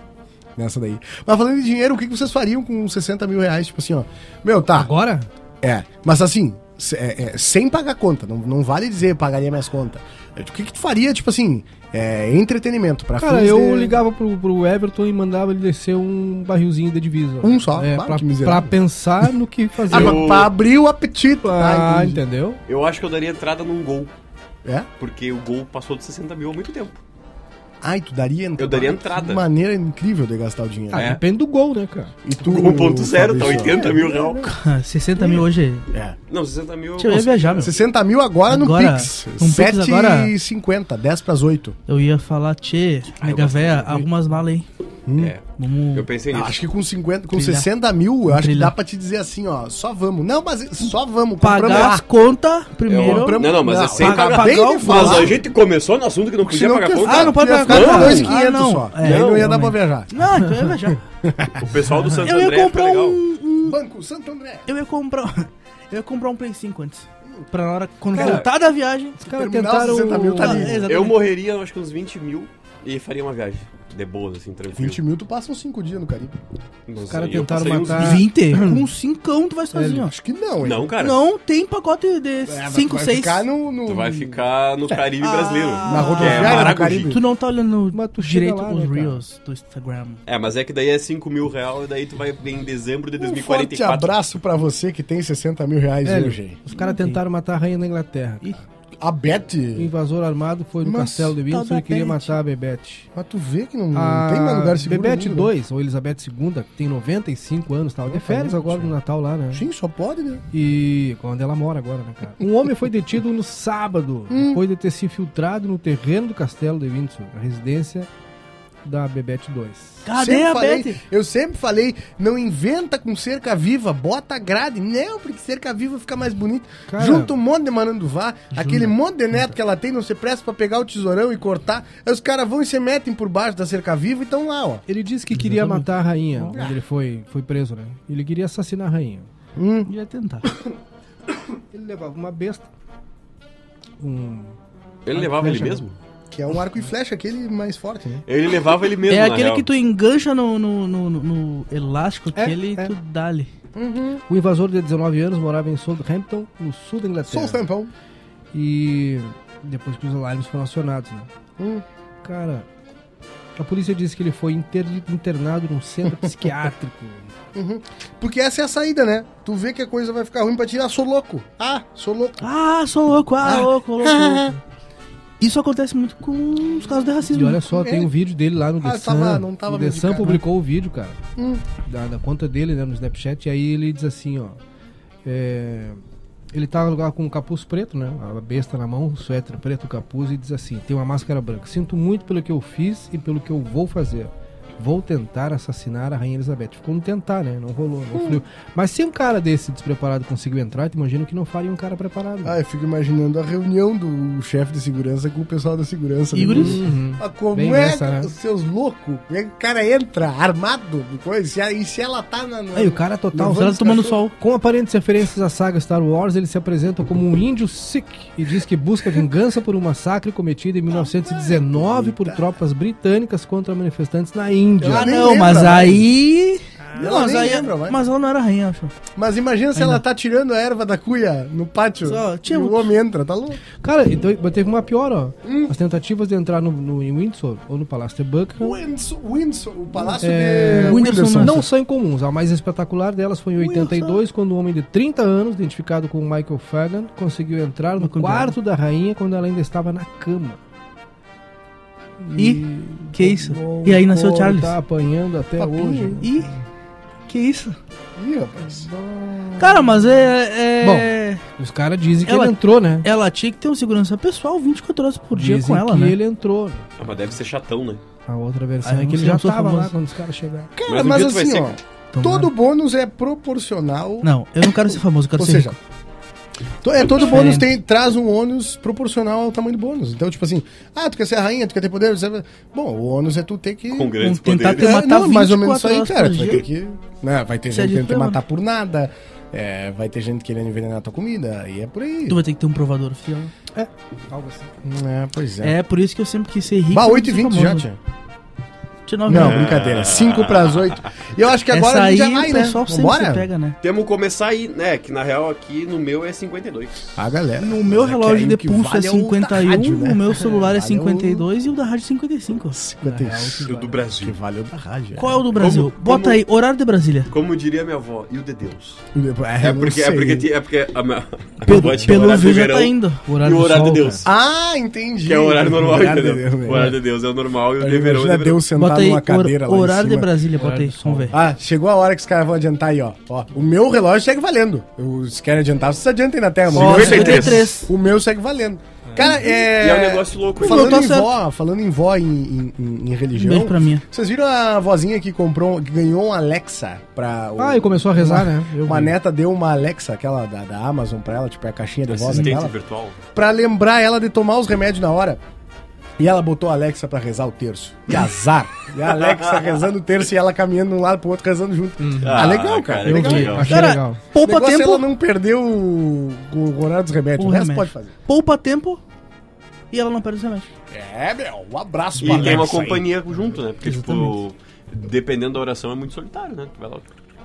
[SPEAKER 1] Nessa daí. Mas falando de dinheiro, o que que vocês fariam com 60 mil reais? Tipo assim, ó. Meu, tá.
[SPEAKER 4] Agora?
[SPEAKER 1] É. Mas assim, se- é- é, sem pagar conta. Não, não vale dizer pagaria minhas contas. É, O que que tu faria, tipo assim, é, entretenimento pra
[SPEAKER 4] Cara,
[SPEAKER 1] fins
[SPEAKER 4] eu
[SPEAKER 1] de-
[SPEAKER 4] ligava pro, pro Everton e mandava ele descer um barrilzinho da divisa.
[SPEAKER 1] Um só?
[SPEAKER 4] É,
[SPEAKER 1] Ah,
[SPEAKER 4] pra,
[SPEAKER 1] que miserável.
[SPEAKER 4] pra pensar no que fazer.
[SPEAKER 1] Ah, pra, pra abrir o apetite. Ah,
[SPEAKER 4] Ah,
[SPEAKER 1] entendi.
[SPEAKER 4] entendeu?
[SPEAKER 2] Eu acho que eu daria entrada num gol,
[SPEAKER 1] É?
[SPEAKER 2] porque o gol passou de 60 mil há muito tempo.
[SPEAKER 1] Ai, tu daria entrada.
[SPEAKER 2] Eu daria entrada.
[SPEAKER 1] Que maneira incrível de gastar o dinheiro.
[SPEAKER 4] Ah,
[SPEAKER 2] É.
[SPEAKER 4] Depende do gol, né, cara?
[SPEAKER 1] E tu.
[SPEAKER 2] 1.0,
[SPEAKER 1] Fabrício?
[SPEAKER 2] tá 80 mil real.
[SPEAKER 3] 60 mil hoje.
[SPEAKER 1] É.
[SPEAKER 2] Não, 60 mil.
[SPEAKER 3] Tio, Eu ia viajar, meu.
[SPEAKER 1] 60 mil agora, no
[SPEAKER 3] Agora,
[SPEAKER 1] Pix.
[SPEAKER 3] um Pix
[SPEAKER 1] 7,50, 10 pras 8.
[SPEAKER 3] Eu ia falar, tchê, nega véia, algumas malas aí.
[SPEAKER 2] É,
[SPEAKER 3] Hum, Vamos.
[SPEAKER 2] eu pensei nisso.
[SPEAKER 1] Acho que com 50, com
[SPEAKER 3] Trilha.
[SPEAKER 1] 60 mil, eu acho que
[SPEAKER 3] Trilha.
[SPEAKER 1] dá pra te dizer assim, ó, só vamos. Não, mas só vamos. compramos
[SPEAKER 3] Pagar
[SPEAKER 1] lá.
[SPEAKER 3] as contas primeiro.
[SPEAKER 2] Eu- Não, não, mas é sem
[SPEAKER 1] paga-
[SPEAKER 2] pagar.
[SPEAKER 1] bem
[SPEAKER 3] Pagar
[SPEAKER 1] de
[SPEAKER 3] o-
[SPEAKER 2] Mas
[SPEAKER 1] falar.
[SPEAKER 2] a gente começou no assunto que não podia
[SPEAKER 1] Senão
[SPEAKER 2] pagar
[SPEAKER 1] que-
[SPEAKER 2] conta.
[SPEAKER 3] Ah, não pode
[SPEAKER 1] ia
[SPEAKER 3] pagar
[SPEAKER 1] ficar
[SPEAKER 3] conta.
[SPEAKER 1] com 2,500
[SPEAKER 3] Ah, não.
[SPEAKER 1] só.
[SPEAKER 3] É,
[SPEAKER 1] e aí não ia
[SPEAKER 3] não,
[SPEAKER 1] dar pra
[SPEAKER 3] não.
[SPEAKER 1] viajar.
[SPEAKER 3] Não, então eu ia viajar.
[SPEAKER 2] O pessoal do Santo
[SPEAKER 3] Eu ia
[SPEAKER 2] André
[SPEAKER 3] comprar
[SPEAKER 2] foi legal.
[SPEAKER 3] um. um-
[SPEAKER 1] Banco Santo André.
[SPEAKER 3] Eu ia comprar. Eu ia comprar um Play 5 antes. Pra na hora, quando voltar da viagem.
[SPEAKER 4] Os caras
[SPEAKER 1] Terminar os
[SPEAKER 4] tentaram.
[SPEAKER 1] 60 mil, tá
[SPEAKER 3] Ah,
[SPEAKER 1] ali.
[SPEAKER 3] exatamente.
[SPEAKER 2] Eu morreria, acho que uns 20 mil e faria uma viagem. De boa, assim, tranquilo.
[SPEAKER 1] 20 mil, tu passa uns 5 dias no Caribe.
[SPEAKER 2] Os
[SPEAKER 4] caras tentaram matar-
[SPEAKER 3] 20? Ah. Com um 5 tu vai sozinho,
[SPEAKER 1] Assim, Acho que não, hein?
[SPEAKER 2] Não, cara.
[SPEAKER 3] Não tem pacote de
[SPEAKER 1] É, mas
[SPEAKER 3] 5,
[SPEAKER 1] tu vai
[SPEAKER 3] 6.
[SPEAKER 1] ficar no, no- um
[SPEAKER 2] Tu vai ficar
[SPEAKER 3] É.
[SPEAKER 2] no Caribe brasileiro.
[SPEAKER 3] Ah.
[SPEAKER 1] na
[SPEAKER 2] É,
[SPEAKER 1] rodoviária do
[SPEAKER 2] Maragogi.
[SPEAKER 1] Caribe.
[SPEAKER 3] Tu não tá olhando
[SPEAKER 4] Mas tu chega
[SPEAKER 3] direito
[SPEAKER 4] lá,
[SPEAKER 3] os
[SPEAKER 4] né, cara?
[SPEAKER 3] Reels do Instagram.
[SPEAKER 2] É, mas é que daí é 5 mil real e daí tu vai ver em dezembro de
[SPEAKER 1] Um forte
[SPEAKER 2] 2044.
[SPEAKER 1] abraço pra você que tem 60 mil reais
[SPEAKER 4] Velho,
[SPEAKER 1] hoje, hein?
[SPEAKER 4] os caras tentaram matar a rainha na Inglaterra. cara.
[SPEAKER 1] A
[SPEAKER 4] O
[SPEAKER 3] Então,
[SPEAKER 1] Beth.
[SPEAKER 4] invasor armado foi no
[SPEAKER 1] Mas
[SPEAKER 4] castelo de Windsor
[SPEAKER 3] tá
[SPEAKER 4] e queria
[SPEAKER 3] Beth.
[SPEAKER 4] matar a Bebete.
[SPEAKER 1] Mas tu vê que não, não
[SPEAKER 4] A
[SPEAKER 1] tem mais lugar seguro. no
[SPEAKER 4] Ah, Bebete
[SPEAKER 1] mundo, né?
[SPEAKER 4] 2, ou Elizabeth II, que tem 95 anos, tava de férias agora no Natal lá, né?
[SPEAKER 1] Sim, só pode, né?
[SPEAKER 4] E onde ela mora agora, né, cara? Um homem foi detido no sábado, depois de ter se infiltrado no terreno do castelo de Windsor, a residência da Bebete 2.
[SPEAKER 3] Cadê
[SPEAKER 1] Sempre
[SPEAKER 3] a
[SPEAKER 1] falei-
[SPEAKER 3] Beth?
[SPEAKER 1] Eu sempre falei, não inventa com cerca viva, bota grade. Não, porque cerca viva fica mais bonito.
[SPEAKER 4] Cara-
[SPEAKER 1] Junta um monte de mananduvá, aquele monte de neto que ela tem, não se presta pra pegar o tesourão e cortar. Aí os caras vão e se metem por baixo da cerca viva e estão lá, ó.
[SPEAKER 4] Ele disse que queria matar a rainha, quando ele foi, foi preso, né? Ele queria assassinar a rainha.
[SPEAKER 3] Ia tentar.
[SPEAKER 4] Ele levava uma besta, um
[SPEAKER 2] Ele levava ele mesmo?
[SPEAKER 1] Que é um arco e flecha, aquele mais forte, né?
[SPEAKER 2] Ele levava ele mesmo,
[SPEAKER 3] É
[SPEAKER 2] na
[SPEAKER 3] aquele
[SPEAKER 2] real.
[SPEAKER 3] que tu engancha no, no, no, no- no elástico que
[SPEAKER 4] É,
[SPEAKER 3] ele
[SPEAKER 4] é.
[SPEAKER 3] tu dá-lhe.
[SPEAKER 4] O invasor de 19 anos morava em Southampton, no sul da
[SPEAKER 1] Sou
[SPEAKER 4] Inglaterra.
[SPEAKER 1] os tampão.
[SPEAKER 4] E depois que os alarmes foram acionados, né?
[SPEAKER 1] Hum.
[SPEAKER 4] Cara, a polícia disse que ele foi interdi- internado num centro psiquiátrico.
[SPEAKER 1] Porque essa é a saída, né? Tu vê que a coisa vai ficar ruim pra tirar, sou louco. Ah, sou louco.
[SPEAKER 3] Ah, sou louco, ah,
[SPEAKER 1] Ah.
[SPEAKER 3] louco, louco,
[SPEAKER 1] Ah.
[SPEAKER 3] louco. Isso acontece muito com os casos de
[SPEAKER 4] E
[SPEAKER 3] racismo.
[SPEAKER 4] olha só, tem um vídeo dele lá no
[SPEAKER 1] Ah,
[SPEAKER 4] The Sun.
[SPEAKER 1] tava- não tava Hum.
[SPEAKER 4] o The Sun
[SPEAKER 1] medicado,
[SPEAKER 4] publicou o vídeo, cara, da, da conta dele, né, no Snapchat. E aí ele diz assim, ó... é, ele tava lá com um capuz preto, né? A besta na mão, um suéter preto, um capuz, e diz assim: tem uma máscara branca. Sinto muito pelo que eu fiz e pelo que eu vou fazer. Vou tentar assassinar a Rainha Elizabeth. Ficou no tentar, né? Não rolou, não
[SPEAKER 1] Hum.
[SPEAKER 4] fluiu. Mas se um cara desse despreparado conseguiu entrar, tu imagina que não faria um cara preparado.
[SPEAKER 1] Ah, eu fico imaginando a reunião do chefe de segurança com o pessoal da segurança. né?
[SPEAKER 3] Igores?
[SPEAKER 4] Uhum.
[SPEAKER 1] Mas como
[SPEAKER 4] Bem
[SPEAKER 1] é
[SPEAKER 4] nessa, né?
[SPEAKER 1] que os seus loucos? Como é que o cara entra armado do coisa? E aí, se ela tá na. na-
[SPEAKER 4] Aí o cara total.
[SPEAKER 1] Levando
[SPEAKER 4] usando-
[SPEAKER 1] os
[SPEAKER 3] tomando
[SPEAKER 1] cachorros.
[SPEAKER 3] sol.
[SPEAKER 4] Com aparentes referências à saga Star Wars, ele se apresenta como um índio Sikh e diz que busca vingança por um massacre cometido em 1919 por tropas britânicas contra manifestantes na Índia.
[SPEAKER 1] Ela
[SPEAKER 3] Ah,
[SPEAKER 1] nem
[SPEAKER 3] não,
[SPEAKER 1] lembra,
[SPEAKER 3] mas
[SPEAKER 1] vai.
[SPEAKER 3] aí.
[SPEAKER 1] Ela
[SPEAKER 3] mas,
[SPEAKER 1] nem
[SPEAKER 3] aí
[SPEAKER 1] lembra, vai.
[SPEAKER 3] mas ela não era rainha, acho.
[SPEAKER 1] Mas imagina se
[SPEAKER 3] Ainda.
[SPEAKER 1] ela tá tirando a erva da cuia no pátio.
[SPEAKER 3] Só,
[SPEAKER 1] e
[SPEAKER 3] tio-
[SPEAKER 4] um-
[SPEAKER 1] o homem entra, tá louco?
[SPEAKER 4] Cara, então, mas teve uma pior, ó. As tentativas de entrar no, no- em Windsor ou no Palácio de Buckingham
[SPEAKER 1] Windsor, Windsor, o palácio
[SPEAKER 4] Hum. É,
[SPEAKER 1] de.
[SPEAKER 3] Windsor,
[SPEAKER 1] Windsor.
[SPEAKER 4] não são incomuns. A mais espetacular delas foi em 82, quando um homem de 30 anos, identificado como Michael Fagan, conseguiu entrar no
[SPEAKER 3] Michael
[SPEAKER 4] quarto da rainha quando ela ainda estava na cama.
[SPEAKER 3] E? Que isso? E aí nasceu o Charles.
[SPEAKER 4] Tá apanhando até
[SPEAKER 1] Papinho,
[SPEAKER 4] hoje. né?
[SPEAKER 3] Ih, que isso?
[SPEAKER 1] Ih, rapaz.
[SPEAKER 3] Cara, mas é. é...
[SPEAKER 4] Os caras dizem que
[SPEAKER 3] Ela-
[SPEAKER 4] ele entrou, né?
[SPEAKER 3] Ela tinha que ter um segurança pessoal 24 horas por dia
[SPEAKER 4] Dizem
[SPEAKER 3] com ela,
[SPEAKER 4] que
[SPEAKER 3] né?
[SPEAKER 4] ele entrou.
[SPEAKER 6] Ah, mas deve ser chatão, né?
[SPEAKER 4] A outra versão
[SPEAKER 3] Ah,
[SPEAKER 4] é
[SPEAKER 3] não
[SPEAKER 4] que ele
[SPEAKER 3] sei,
[SPEAKER 4] já
[SPEAKER 3] não sou
[SPEAKER 4] tava lá
[SPEAKER 3] famoso.
[SPEAKER 4] quando os caras chegaram.
[SPEAKER 1] Cara,
[SPEAKER 6] um
[SPEAKER 1] mas
[SPEAKER 6] dia tu vai
[SPEAKER 1] assim,
[SPEAKER 6] ser-
[SPEAKER 1] ó, todo bônus é proporcional.
[SPEAKER 3] Não, eu não quero ser famoso, eu quero
[SPEAKER 1] Ou
[SPEAKER 3] ser
[SPEAKER 1] seja,
[SPEAKER 3] rico.
[SPEAKER 1] to- é, todo
[SPEAKER 3] Diferente.
[SPEAKER 1] bônus tem, traz um ônus proporcional ao tamanho do bônus. Então, tipo assim, ah, tu quer ser a rainha, tu quer ter poder, você... vai- bom, o ônus é tu ter que... É,
[SPEAKER 6] Com grandes
[SPEAKER 3] Vamos tentar
[SPEAKER 6] poderes.
[SPEAKER 3] ter uma- matar
[SPEAKER 1] não, mais ou menos
[SPEAKER 3] 24
[SPEAKER 1] isso aí,
[SPEAKER 3] horas
[SPEAKER 1] cara.
[SPEAKER 3] por
[SPEAKER 1] Tu vai
[SPEAKER 3] dia.
[SPEAKER 1] ter que. né, vai ter
[SPEAKER 3] Isso é
[SPEAKER 1] gente
[SPEAKER 3] de
[SPEAKER 1] querendo te
[SPEAKER 3] problema.
[SPEAKER 1] matar por nada. é, vai ter gente querendo envenenar a tua comida. E é por aí.
[SPEAKER 3] Tu vai ter que ter um provador fiel.
[SPEAKER 4] Algo assim.
[SPEAKER 1] É, pois é.
[SPEAKER 3] É por isso que eu sempre quis ser rico.
[SPEAKER 1] Bah,
[SPEAKER 3] e não
[SPEAKER 1] 8 e
[SPEAKER 3] ser
[SPEAKER 1] 20
[SPEAKER 3] famoso.
[SPEAKER 1] já, tia.
[SPEAKER 3] Tinha nove
[SPEAKER 1] Não,
[SPEAKER 3] anos.
[SPEAKER 1] brincadeira. 5 pras 8. E eu acho que agora
[SPEAKER 3] Essa
[SPEAKER 1] a
[SPEAKER 3] aí
[SPEAKER 1] gente já vai,
[SPEAKER 3] o
[SPEAKER 1] né?
[SPEAKER 3] pessoal sempre se
[SPEAKER 1] Vambora?
[SPEAKER 3] pega, né?
[SPEAKER 6] Temos que começar aí, né? Que na real aqui no meu é 52.
[SPEAKER 1] A galera.
[SPEAKER 3] No meu
[SPEAKER 1] Mas é que
[SPEAKER 3] relógio
[SPEAKER 1] aí
[SPEAKER 3] de
[SPEAKER 1] o que
[SPEAKER 3] pulso
[SPEAKER 1] vale
[SPEAKER 3] é
[SPEAKER 1] o da
[SPEAKER 3] 51,
[SPEAKER 1] rádio, né?
[SPEAKER 3] o meu celular
[SPEAKER 1] Vale
[SPEAKER 3] é
[SPEAKER 1] o
[SPEAKER 3] 52 e o da rádio 55.
[SPEAKER 1] 55.
[SPEAKER 6] Do
[SPEAKER 1] Que
[SPEAKER 6] Brasil.
[SPEAKER 1] valeu da rádio. né?
[SPEAKER 3] Qual é o do Brasil?
[SPEAKER 6] Como-
[SPEAKER 3] Bota
[SPEAKER 6] como-
[SPEAKER 3] aí, horário de Brasília.
[SPEAKER 6] Como diria minha avó, e o de Deus?
[SPEAKER 1] É,
[SPEAKER 6] É
[SPEAKER 1] não
[SPEAKER 6] porque, é
[SPEAKER 1] sei.
[SPEAKER 6] porque, ti- é porque a minha, a minha
[SPEAKER 3] Pelo,
[SPEAKER 6] avó tinha
[SPEAKER 3] pelo
[SPEAKER 6] horário do
[SPEAKER 3] ver já
[SPEAKER 6] verão
[SPEAKER 3] tá indo.
[SPEAKER 4] O
[SPEAKER 6] e o
[SPEAKER 4] do
[SPEAKER 6] horário de
[SPEAKER 4] sol,
[SPEAKER 6] Deus.
[SPEAKER 1] Ah, entendi.
[SPEAKER 6] Que é o horário normal,
[SPEAKER 1] Obrigado,
[SPEAKER 6] entendeu?
[SPEAKER 1] Deus, né?
[SPEAKER 6] o horário de Deus é o normal e o de verão é
[SPEAKER 1] Imagina
[SPEAKER 6] o de verão.
[SPEAKER 1] Deus sentado
[SPEAKER 3] Bota aí,
[SPEAKER 1] numa cadeira
[SPEAKER 3] hor-
[SPEAKER 1] lá. em
[SPEAKER 3] horário de
[SPEAKER 1] cima.
[SPEAKER 3] Brasília, bota
[SPEAKER 4] Horário
[SPEAKER 3] aí,
[SPEAKER 4] do sol.
[SPEAKER 3] vamos ver.
[SPEAKER 1] Ah, chegou a hora que os caras vão adiantar aí, ó. ó. O meu relógio segue valendo. O- Se querem adiantar, vocês adiantem na tela. mas
[SPEAKER 3] Ó,
[SPEAKER 1] o meu segue-
[SPEAKER 6] 53.
[SPEAKER 3] 53.
[SPEAKER 1] O meu segue valendo. Cara, é...
[SPEAKER 6] E é um negócio louco. hein?
[SPEAKER 1] Falando
[SPEAKER 3] Tá
[SPEAKER 1] em,
[SPEAKER 3] certo.
[SPEAKER 1] vó, falando em vó em, em- em- em religião,
[SPEAKER 3] Beijo pra mim.
[SPEAKER 1] vocês viram a vozinha que comprou, que ganhou um Alexa pra... o-
[SPEAKER 4] Ah, e começou a rezar, né? Eu
[SPEAKER 1] Uma
[SPEAKER 4] vi.
[SPEAKER 1] neta deu uma Alexa, aquela da, da Amazon pra ela, tipo, é a caixinha de voz
[SPEAKER 6] Assistente
[SPEAKER 1] aquela,
[SPEAKER 6] virtual.
[SPEAKER 1] pra lembrar ela de tomar os remédios na hora. E ela botou a Alexa pra rezar o terço. Que azar! e a Alexa rezando o terço e ela caminhando de um lado pro outro rezando junto. Ah, legal, cara.
[SPEAKER 6] Eu
[SPEAKER 1] legal.
[SPEAKER 6] vi.
[SPEAKER 1] O
[SPEAKER 4] Achei
[SPEAKER 3] Cara,
[SPEAKER 4] legal.
[SPEAKER 3] poupa
[SPEAKER 1] negócio é ela
[SPEAKER 3] tempo,
[SPEAKER 1] não perdeu o, o horário dos remédios.
[SPEAKER 3] O
[SPEAKER 1] O, resto
[SPEAKER 3] remédio.
[SPEAKER 1] pode fazer.
[SPEAKER 3] poupa tempo e ela não perde o remédio.
[SPEAKER 1] É, meu, um abraço
[SPEAKER 6] E tem uma
[SPEAKER 1] Alexa aí.
[SPEAKER 6] companhia junto, né? Porque, tipo, dependendo da oração é muito solitário, né? Tu vai lá.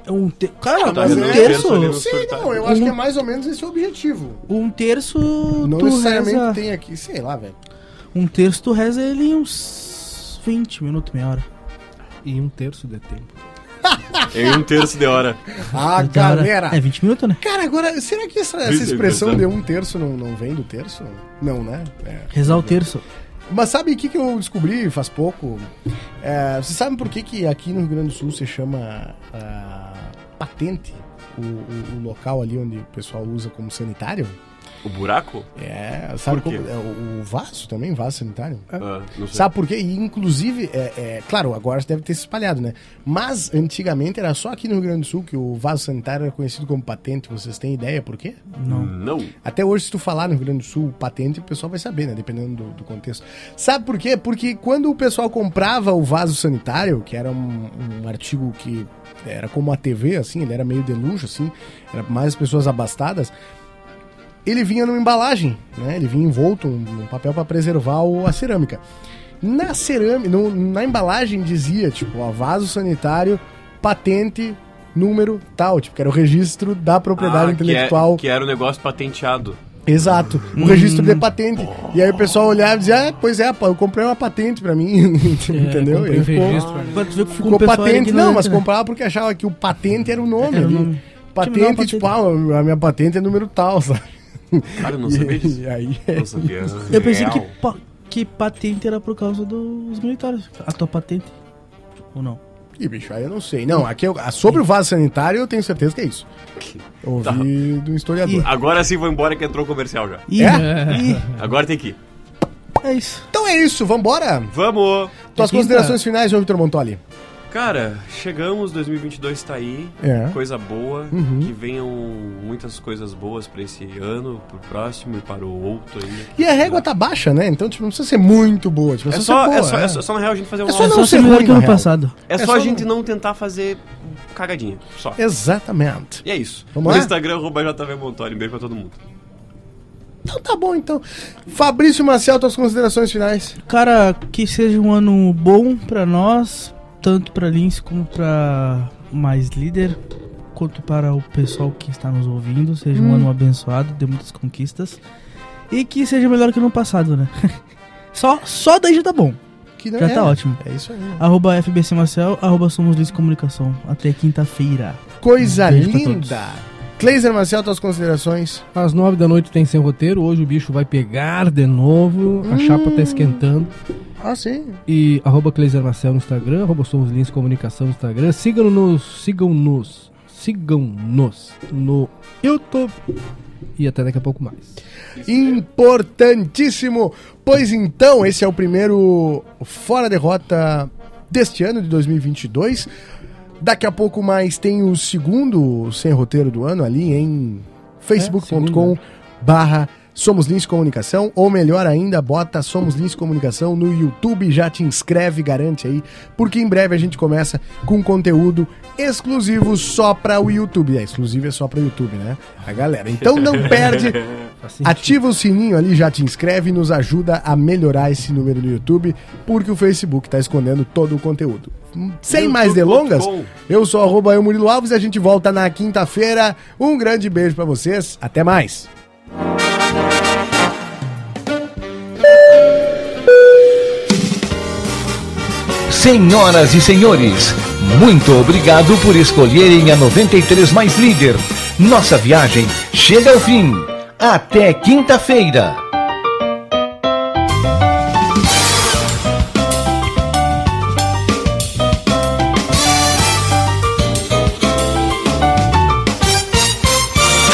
[SPEAKER 3] É Um te... Cara,
[SPEAKER 6] tá
[SPEAKER 3] mas um
[SPEAKER 6] vendo?
[SPEAKER 3] terço.
[SPEAKER 6] Terço.
[SPEAKER 1] é Sim, não, eu acho que é mais ou menos esse o objetivo.
[SPEAKER 3] Um terço
[SPEAKER 1] Não
[SPEAKER 3] tu
[SPEAKER 1] necessariamente
[SPEAKER 3] reza.
[SPEAKER 1] tem aqui, sei lá, velho.
[SPEAKER 3] Um terço tu reza ele em uns 20 minutos, meia hora.
[SPEAKER 4] E um terço de tempo.
[SPEAKER 6] Em um terço de hora.
[SPEAKER 1] Ah,
[SPEAKER 3] Meia hora.
[SPEAKER 1] galera!
[SPEAKER 3] É 20 minutos, né?
[SPEAKER 1] Cara, agora, será que essa, essa
[SPEAKER 6] Isso,
[SPEAKER 1] expressão de
[SPEAKER 6] engraçado.
[SPEAKER 1] um terço não, não vem do terço? Não, né? É.
[SPEAKER 3] Rezar o terço.
[SPEAKER 1] Mas sabe o que, que eu descobri faz pouco? É, Vocês sabem por que, que aqui no Rio Grande do Sul se chama ah, patente? O, o- o local ali onde o pessoal usa como sanitário?
[SPEAKER 6] O buraco?
[SPEAKER 1] É, sabe
[SPEAKER 6] Por quê?
[SPEAKER 1] como- é, o, o vaso também, vaso sanitário?
[SPEAKER 3] É,
[SPEAKER 6] Ah, não sei.
[SPEAKER 1] Sabe por quê? E, inclusive, é, é, claro, agora deve ter se espalhado, né? Mas antigamente era só aqui no Rio Grande do Sul que o vaso sanitário era conhecido como patente. Vocês têm ideia por quê?
[SPEAKER 3] Não.
[SPEAKER 6] Não.
[SPEAKER 1] Até hoje, se tu falar no Rio Grande do Sul patente, o pessoal vai saber, né? Dependendo do, do contexto. Sabe por quê? Porque quando o pessoal comprava o vaso sanitário, que era um, um artigo que era como a TV, assim, ele era meio de luxo, assim, era mais pessoas abastadas, ele vinha numa embalagem, né? Ele vinha envolto num, num papel para preservar o- a cerâmica. Na cerâmica, no- na embalagem dizia, tipo, ó, vaso sanitário, patente, número tal, tipo, que era o registro da propriedade
[SPEAKER 6] Ah, que é-
[SPEAKER 1] intelectual.
[SPEAKER 6] Que era o um negócio patenteado.
[SPEAKER 1] Exato.
[SPEAKER 3] Hum.
[SPEAKER 1] O registro de patente. E aí o pessoal olhava e dizia, ah, pois é, pá, eu comprei uma patente pra
[SPEAKER 3] É,
[SPEAKER 1] mim, entendeu?
[SPEAKER 4] comprei
[SPEAKER 1] E ficou,
[SPEAKER 4] registro. né?
[SPEAKER 3] Pra tu ver como
[SPEAKER 1] ficou
[SPEAKER 3] um o pessoal era
[SPEAKER 1] patente. Não,
[SPEAKER 3] ignorante,
[SPEAKER 1] mas
[SPEAKER 3] né?
[SPEAKER 1] comprava porque achava que o patente era o nome
[SPEAKER 3] Era o
[SPEAKER 1] ali.
[SPEAKER 3] nome. Tinha
[SPEAKER 1] Patente,
[SPEAKER 3] que me dar uma
[SPEAKER 1] tipo,
[SPEAKER 3] patente.
[SPEAKER 1] ah, a minha patente é número tal, sabe?
[SPEAKER 6] Cara, eu não sabia disso.
[SPEAKER 1] E, e aí...
[SPEAKER 6] Não sabia.
[SPEAKER 3] Eu pensei
[SPEAKER 6] é Real.
[SPEAKER 3] que, pa- que patente era por causa dos militares. A tua patente. Ou não?
[SPEAKER 1] Ih, bicho, aí eu não sei. Não, aqui eu- ah, sobre o vaso sanitário eu tenho certeza que é isso.
[SPEAKER 3] Tá.
[SPEAKER 1] Ouvi do historiador.
[SPEAKER 6] Agora sim vou embora que entrou o comercial já.
[SPEAKER 3] Ih,
[SPEAKER 1] É?
[SPEAKER 3] ih,
[SPEAKER 6] Agora tem que ir.
[SPEAKER 3] é isso.
[SPEAKER 1] Então é isso, vambora!
[SPEAKER 6] Vamos!
[SPEAKER 1] Tuas
[SPEAKER 3] Quem tá-
[SPEAKER 1] considerações finais, João Vitor Montoli.
[SPEAKER 6] Cara, chegamos, 2022 tá aí.
[SPEAKER 1] É.
[SPEAKER 6] Coisa boa. Que venham muitas coisas boas pra esse ano, pro próximo e para o outro ainda.
[SPEAKER 1] E a régua tá baixa, né? Então, tipo, não precisa ser muito boa. Tipo,
[SPEAKER 6] É
[SPEAKER 1] ser
[SPEAKER 6] só,
[SPEAKER 1] boa,
[SPEAKER 6] é, só,
[SPEAKER 1] né?
[SPEAKER 6] é só- é só, na real, a gente fazer uma.
[SPEAKER 1] É só
[SPEAKER 3] é
[SPEAKER 1] não
[SPEAKER 3] só
[SPEAKER 1] ser
[SPEAKER 3] ser melhor
[SPEAKER 1] ruim,
[SPEAKER 3] que
[SPEAKER 1] na
[SPEAKER 3] ano
[SPEAKER 1] real.
[SPEAKER 3] passado.
[SPEAKER 6] É só
[SPEAKER 1] só
[SPEAKER 6] a
[SPEAKER 1] não-
[SPEAKER 6] gente não tentar fazer cagadinha. Só.
[SPEAKER 1] Exatamente.
[SPEAKER 6] E é isso.
[SPEAKER 1] Vamos
[SPEAKER 6] no
[SPEAKER 1] lá?
[SPEAKER 6] Instagram, arroba JV Montoli. Um Beijo pra todo mundo.
[SPEAKER 1] Então tá bom, então. Fabrício Marcel, tuas considerações finais.
[SPEAKER 3] Cara, que seja um ano bom pra nós, tanto pra Lins como pra mais líder, quanto para o pessoal que está nos ouvindo. Seja
[SPEAKER 1] Hum.
[SPEAKER 3] um ano abençoado, de muitas conquistas. E que seja melhor que no passado, né? só, só daí já tá bom.
[SPEAKER 1] Que não
[SPEAKER 3] Já tá ótimo.
[SPEAKER 1] É isso aí.
[SPEAKER 3] Arroba FBC Marcel, arroba Somos Lins Comunicação. Até quinta-feira.
[SPEAKER 1] Coisa
[SPEAKER 3] Beijo pra
[SPEAKER 1] linda. Cleiser Marcel, tuas considerações.
[SPEAKER 4] Às nove da noite tem sem roteiro. Hoje o bicho vai pegar de novo. A chapa tá esquentando.
[SPEAKER 1] Ah, sim.
[SPEAKER 4] E arroba Cleiser Marcel no Instagram, arroba Somos Lins Comunicação no Instagram. Sigam-nos, sigam-nos, sigam-nos no YouTube e até daqui a pouco mais.
[SPEAKER 1] Importantíssimo! Pois então, esse é o primeiro Fora Derrota deste ano de 2022. Daqui a pouco mais tem o segundo sem roteiro do ano ali em facebook.com barra Somos Lins Comunicação, ou melhor ainda, bota Somos Lins Comunicação no YouTube, já te inscreve, garante aí, porque em breve a gente começa com conteúdo exclusivo só para o YouTube. É, exclusivo é só para o YouTube, né? A galera. Então não perde, ativa o sininho ali, já te inscreve e nos ajuda a melhorar esse número do YouTube, porque o Facebook tá escondendo todo o conteúdo. Hum, Sem mais delongas, eu sou arroba eu Murilo Alves e a gente volta na quinta-feira. Um grande beijo para vocês, até mais!
[SPEAKER 5] Senhoras e senhores, muito obrigado por escolherem a 93 Mais Líder. Nossa viagem chega ao fim. Até quinta-feira.